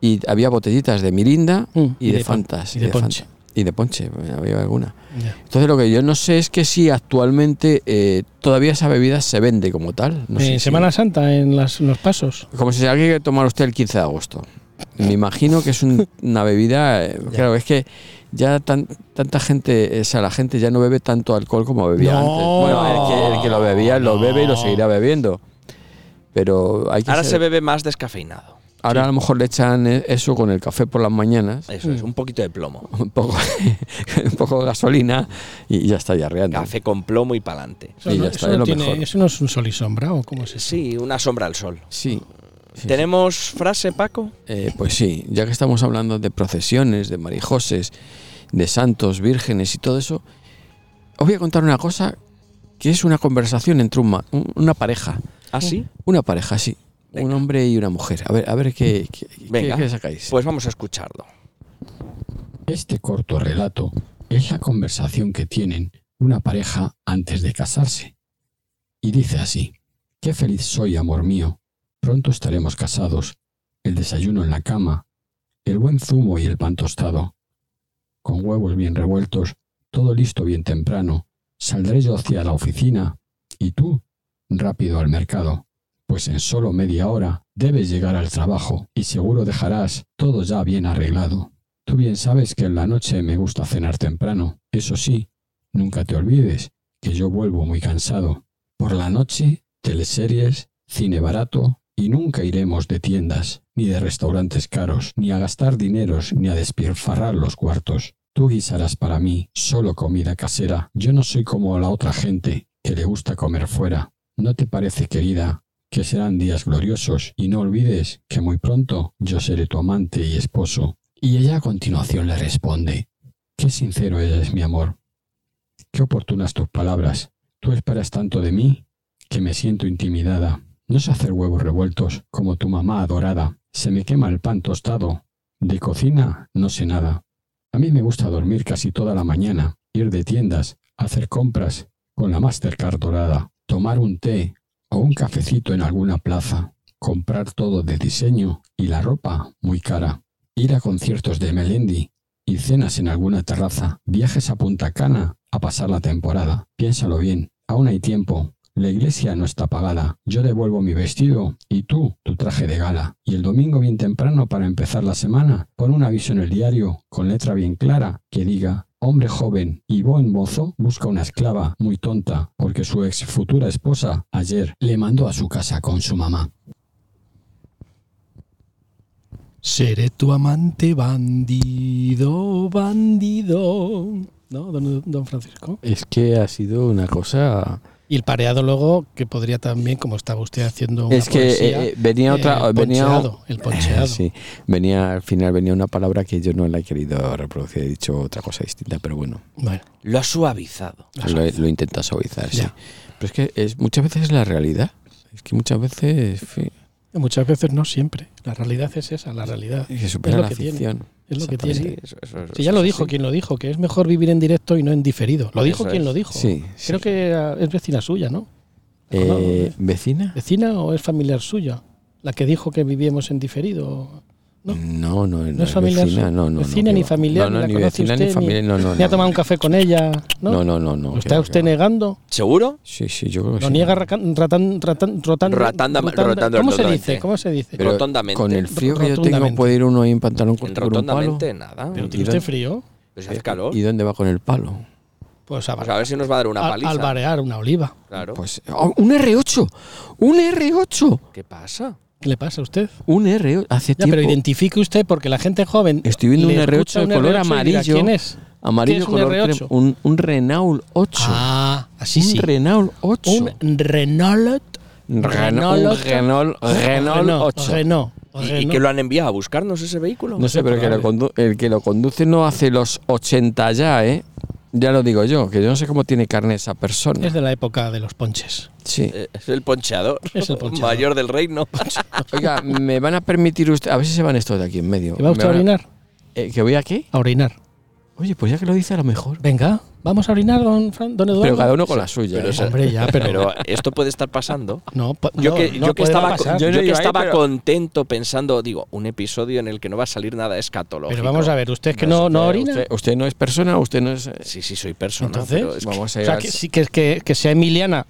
S3: Y había botellitas de Mirinda
S4: Mm,
S3: y,
S4: y
S3: de,
S4: de pon-
S3: Fantas.
S4: y de
S3: Fanta.
S4: ponche.
S3: Y de ponche, pues, había alguna.
S4: Ya.
S3: Entonces lo que yo no sé es que si actualmente eh, todavía esa bebida se vende como tal. No
S4: Eh,
S3: sé si-
S4: Semana Santa, en las- los pasos.
S3: Como si se la quiere tomar usted el 15 de agosto. Me imagino que es
S4: (laughs)
S3: un- una bebida. eh, Claro, es que ya tan- tanta gente, o sea, la gente ya no bebe tanto alcohol como bebía
S4: No.
S3: antes. Bueno, el que, el que lo bebía lo
S4: No.
S3: bebe y lo seguirá bebiendo. Pero hay que.
S2: Ahora
S3: ser-
S2: se bebe más descafeinado.
S3: Ahora a lo mejor le echan eh, eso con el café por las mañanas, (laughs)
S2: Eso es, un poquito de plomo.
S3: un poco, (laughs) un poco de gasolina y ya está diarreando.
S2: Café con plomo y pa'lante.
S4: Eso,
S3: Y
S4: no,
S3: ya está,
S4: eso
S3: es
S4: no
S3: lo
S4: tiene-
S3: mejor.
S4: eso no es un sol y sombra, ¿o cómo es eso?
S2: Sí, una sombra al sol.
S3: Sí. sí, sí.
S2: ¿Tenemos frase, Paco?
S3: Eh, pues sí, ya que estamos hablando de procesiones, de marijoses, de santos, vírgenes y todo eso, os voy a contar una cosa que es una conversación entre un ma- un- una pareja.
S2: ¿Ah, sí?
S3: Una pareja, sí. Un
S2: Venga.
S3: hombre y una mujer. A ver, a ver qué, qué- qué-
S2: Venga.
S3: qué sacáis.
S2: Pues vamos a escucharlo.
S6: Este corto relato es la conversación que tienen una pareja antes de casarse. Y dice así, Qué feliz soy, amor mío. Pronto estaremos casados. El desayuno en la cama, el buen zumo y el pan tostado. Con huevos bien revueltos, todo listo bien temprano. Saldré yo hacia la oficina. ¿Y tú? rápido al mercado, pues en solo media hora debes llegar al trabajo y seguro dejarás todo ya bien arreglado. Tú bien sabes que en la noche me gusta cenar temprano. Eso sí, nunca te olvides que yo vuelvo muy cansado. Por la noche, teleseries, cine barato y nunca iremos de tiendas, ni de restaurantes caros, ni a gastar dineros, ni a despilfarrar los cuartos. Tú guisarás para mí solo comida casera. Yo no soy como la otra gente que le gusta comer fuera. ¿No te parece, querida, que serán días gloriosos? Y no olvides que muy pronto yo seré tu amante y esposo. Y ella a continuación le responde, Qué sincero eres, mi amor. Qué oportunas tus palabras. Tú esperas tanto de mí que me siento intimidada. No sé hacer huevos revueltos como tu mamá adorada. Se me quema el pan tostado. De cocina no sé nada. A mí me gusta dormir casi toda la mañana, ir de tiendas, hacer compras con la Mastercard dorada, tomar un té o un cafecito en alguna plaza, comprar todo de diseño y la ropa muy cara, ir a conciertos de Melendi y cenas en alguna terraza, viajes a Punta Cana a pasar la temporada. Piénsalo bien, aún hay tiempo, la iglesia no está pagada. Yo devuelvo mi vestido y tú tu traje de gala. Y el domingo bien temprano para empezar la semana, pon un aviso en el diario con letra bien clara que diga Hombre joven y buen mozo busca una esclava muy tonta porque su ex futura esposa ayer le mandó a su casa con su mamá.
S4: Seré tu amante bandido, bandido. ¿No, don, don Francisco?
S3: Es que ha sido una cosa.
S4: Y el pareado luego, que podría también, como estaba usted haciendo una
S7: Es que
S4: poesía,
S7: eh, eh, venía
S4: eh,
S7: otra.
S4: el
S7: venía,
S4: poncheado, el poncheado.
S3: eh, Sí, venía al final venía una palabra que yo no la he querido reproducir, he dicho otra cosa distinta, pero bueno,
S4: Bueno,
S2: Lo ha suavizado.
S3: lo, lo intenta suavizar, sí.
S4: Ya.
S3: Pero es que es, muchas veces es la realidad. Es que muchas veces en fin,
S4: muchas veces no siempre. La realidad es esa, la realidad.
S3: se supera
S4: lo
S3: la
S4: que tiene,
S3: ficción.
S4: Es lo que
S3: Exactamente.
S4: tiene. Sí, ya lo dijo quien lo dijo, que es mejor vivir en directo y no en diferido. Lo dijo
S2: Eso
S4: quien
S2: es.
S4: lo dijo.
S3: Sí, sí.
S4: Creo que era- es vecina suya, ¿no?
S3: Eh,
S4: No, eh.
S3: ¿Vecina?
S4: ¿Vecina o es familiar suya? La que dijo que vivíamos en diferido. No.
S3: No, no, no,
S4: es familiar
S3: vecina,
S4: su-
S3: no, no,
S4: vecina
S3: no,
S4: ni
S3: que va. No,
S4: familiar, ni
S3: no,
S4: la
S3: ni
S4: conoce
S3: vecina
S4: usted,
S3: ni familiar, no, no.
S4: Ni ha
S3: no.
S4: tomado un café con ella, ¿no?
S3: No, no, no, no.
S4: ¿Lo
S3: que
S4: está
S3: va, que
S4: usted
S3: va.
S4: negando?
S2: ¿Seguro?
S3: Sí, sí, yo creo que
S4: ¿Lo
S3: sí.
S4: niega racan- ratan- ratan- rotando-
S2: Rotanda-
S4: rotanda-
S2: rotando-
S4: ¿Cómo se
S2: rotundamente.
S4: dice? ¿Cómo se dice?
S3: Pero
S2: Rotundamente.
S3: Con el frío que yo tengo,
S4: Rotundamente.
S3: puede ir uno ahí en pantalón corto con un palo.
S2: Rotundamente nada.
S4: ¿Pero
S3: ¿y
S4: tiene usted
S3: dónde-
S4: frío?
S2: Pues hace calor.
S3: ¿Y dónde va con el palo?
S4: Pues a,
S2: Pues a ver si nos va a dar una
S4: al-
S2: paliza.
S4: albarear una oliva.
S2: Claro.
S3: Pues ¡oh, un R8, un R8,
S2: ¿Qué pasa?
S4: ¿Qué le pasa a usted?
S3: un R8. Hace
S4: Ya,
S3: tiempo
S4: pero identifique usted porque la gente joven.
S3: Estoy viendo
S4: le
S3: un R8
S4: escucha
S3: de
S4: un
S3: color
S4: R8 y dirá,
S3: amarillo.
S4: ¿Quién es? ¿Qué
S3: amarillo
S4: es un
S3: color
S4: R8?
S3: crema, un, un Renault 8,
S4: Ah, así
S3: un
S4: sí.
S3: Renault 8,
S4: Un Renault.
S3: Renault,
S4: (laughs)
S3: Renault, Renault 8.
S4: Renault.
S2: ¿Y, y
S4: Renault.
S2: que lo han enviado a buscarnos ese vehículo?
S3: No sé, pero que lo condu- el que lo conduce no hace los 80 ya, ¿eh? Ya lo digo yo, que yo no sé cómo tiene carne esa persona.
S4: Es de la época de los ponches. (laughs)
S3: Sí.
S2: Eh, Es el ponchador.
S4: Es el ponchador.
S2: Mayor del reino.
S3: Oiga, me van a permitir usted, a ver si se van estos de aquí en medio.
S4: ¿Te va
S3: Me
S4: usted a
S3: van a-
S4: orinar?
S3: eh, ¿Que voy aquí?
S4: A orinar.
S3: Oye, pues ya que lo dice a lo mejor.
S4: Venga, vamos a orinar, don, Fran- don Eduardo.
S3: Pero cada uno con la suya.
S2: pero
S3: ¿eh?
S2: esa-
S4: Hombre, ya, pero.
S2: Pero esto puede estar pasando.
S4: no, pa-
S2: Yo
S4: no,
S2: que,
S4: no
S2: yo que
S4: puede
S2: estaba,
S4: pasar.
S3: Yo
S2: yo
S3: no
S2: que
S3: iba ahí,
S2: estaba
S3: pero-
S2: contento pensando, digo, un episodio en el que no va a salir nada escatológico.
S4: Pero vamos a ver, usted es que no, no orina.
S3: Usted, usted no es persona, usted no es. eh, pues
S2: Sí, sí, soy persona.
S4: Entonces,
S2: pero es que-
S3: Vamos a
S4: o
S3: ir
S4: sea,
S3: al-
S4: que, sí, que, que, que sea Emiliana.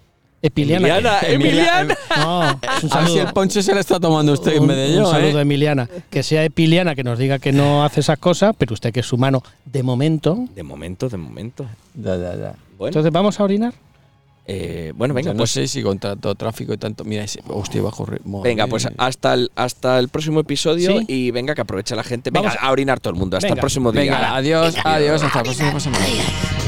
S4: Epiliana. eh,
S2: Emiliana, Emiliana.
S4: No,
S3: (laughs)
S4: es un
S3: A ver si el
S4: saludo.
S3: ponche se le está tomando usted en
S4: Un-
S3: vez de
S4: un
S3: yo,
S4: saludo a
S3: ¿eh?
S4: Emiliana. Que sea Epiliana que nos diga que no hace esas cosas, pero usted que es humano de momento.
S2: De momento, de momento.
S3: Ya, ya, ya.
S2: Bueno,
S4: Entonces, ¿vamos a orinar?
S2: eh, bueno
S3: Yo
S2: venga,
S3: no
S2: pues,
S3: sé si contrato tráfico y tanto. Mira, ese- usted va a correr. madre
S2: venga, pues
S3: mía.
S2: hasta el, hasta el próximo episodio
S4: ¿Sí?
S2: y venga que aproveche la gente. Venga,
S4: Vamos
S2: a orinar todo el mundo. Hasta el
S4: Venga.
S2: próximo día.
S3: Venga, adiós, adiós, hasta la próxima semana.
S8: Venga.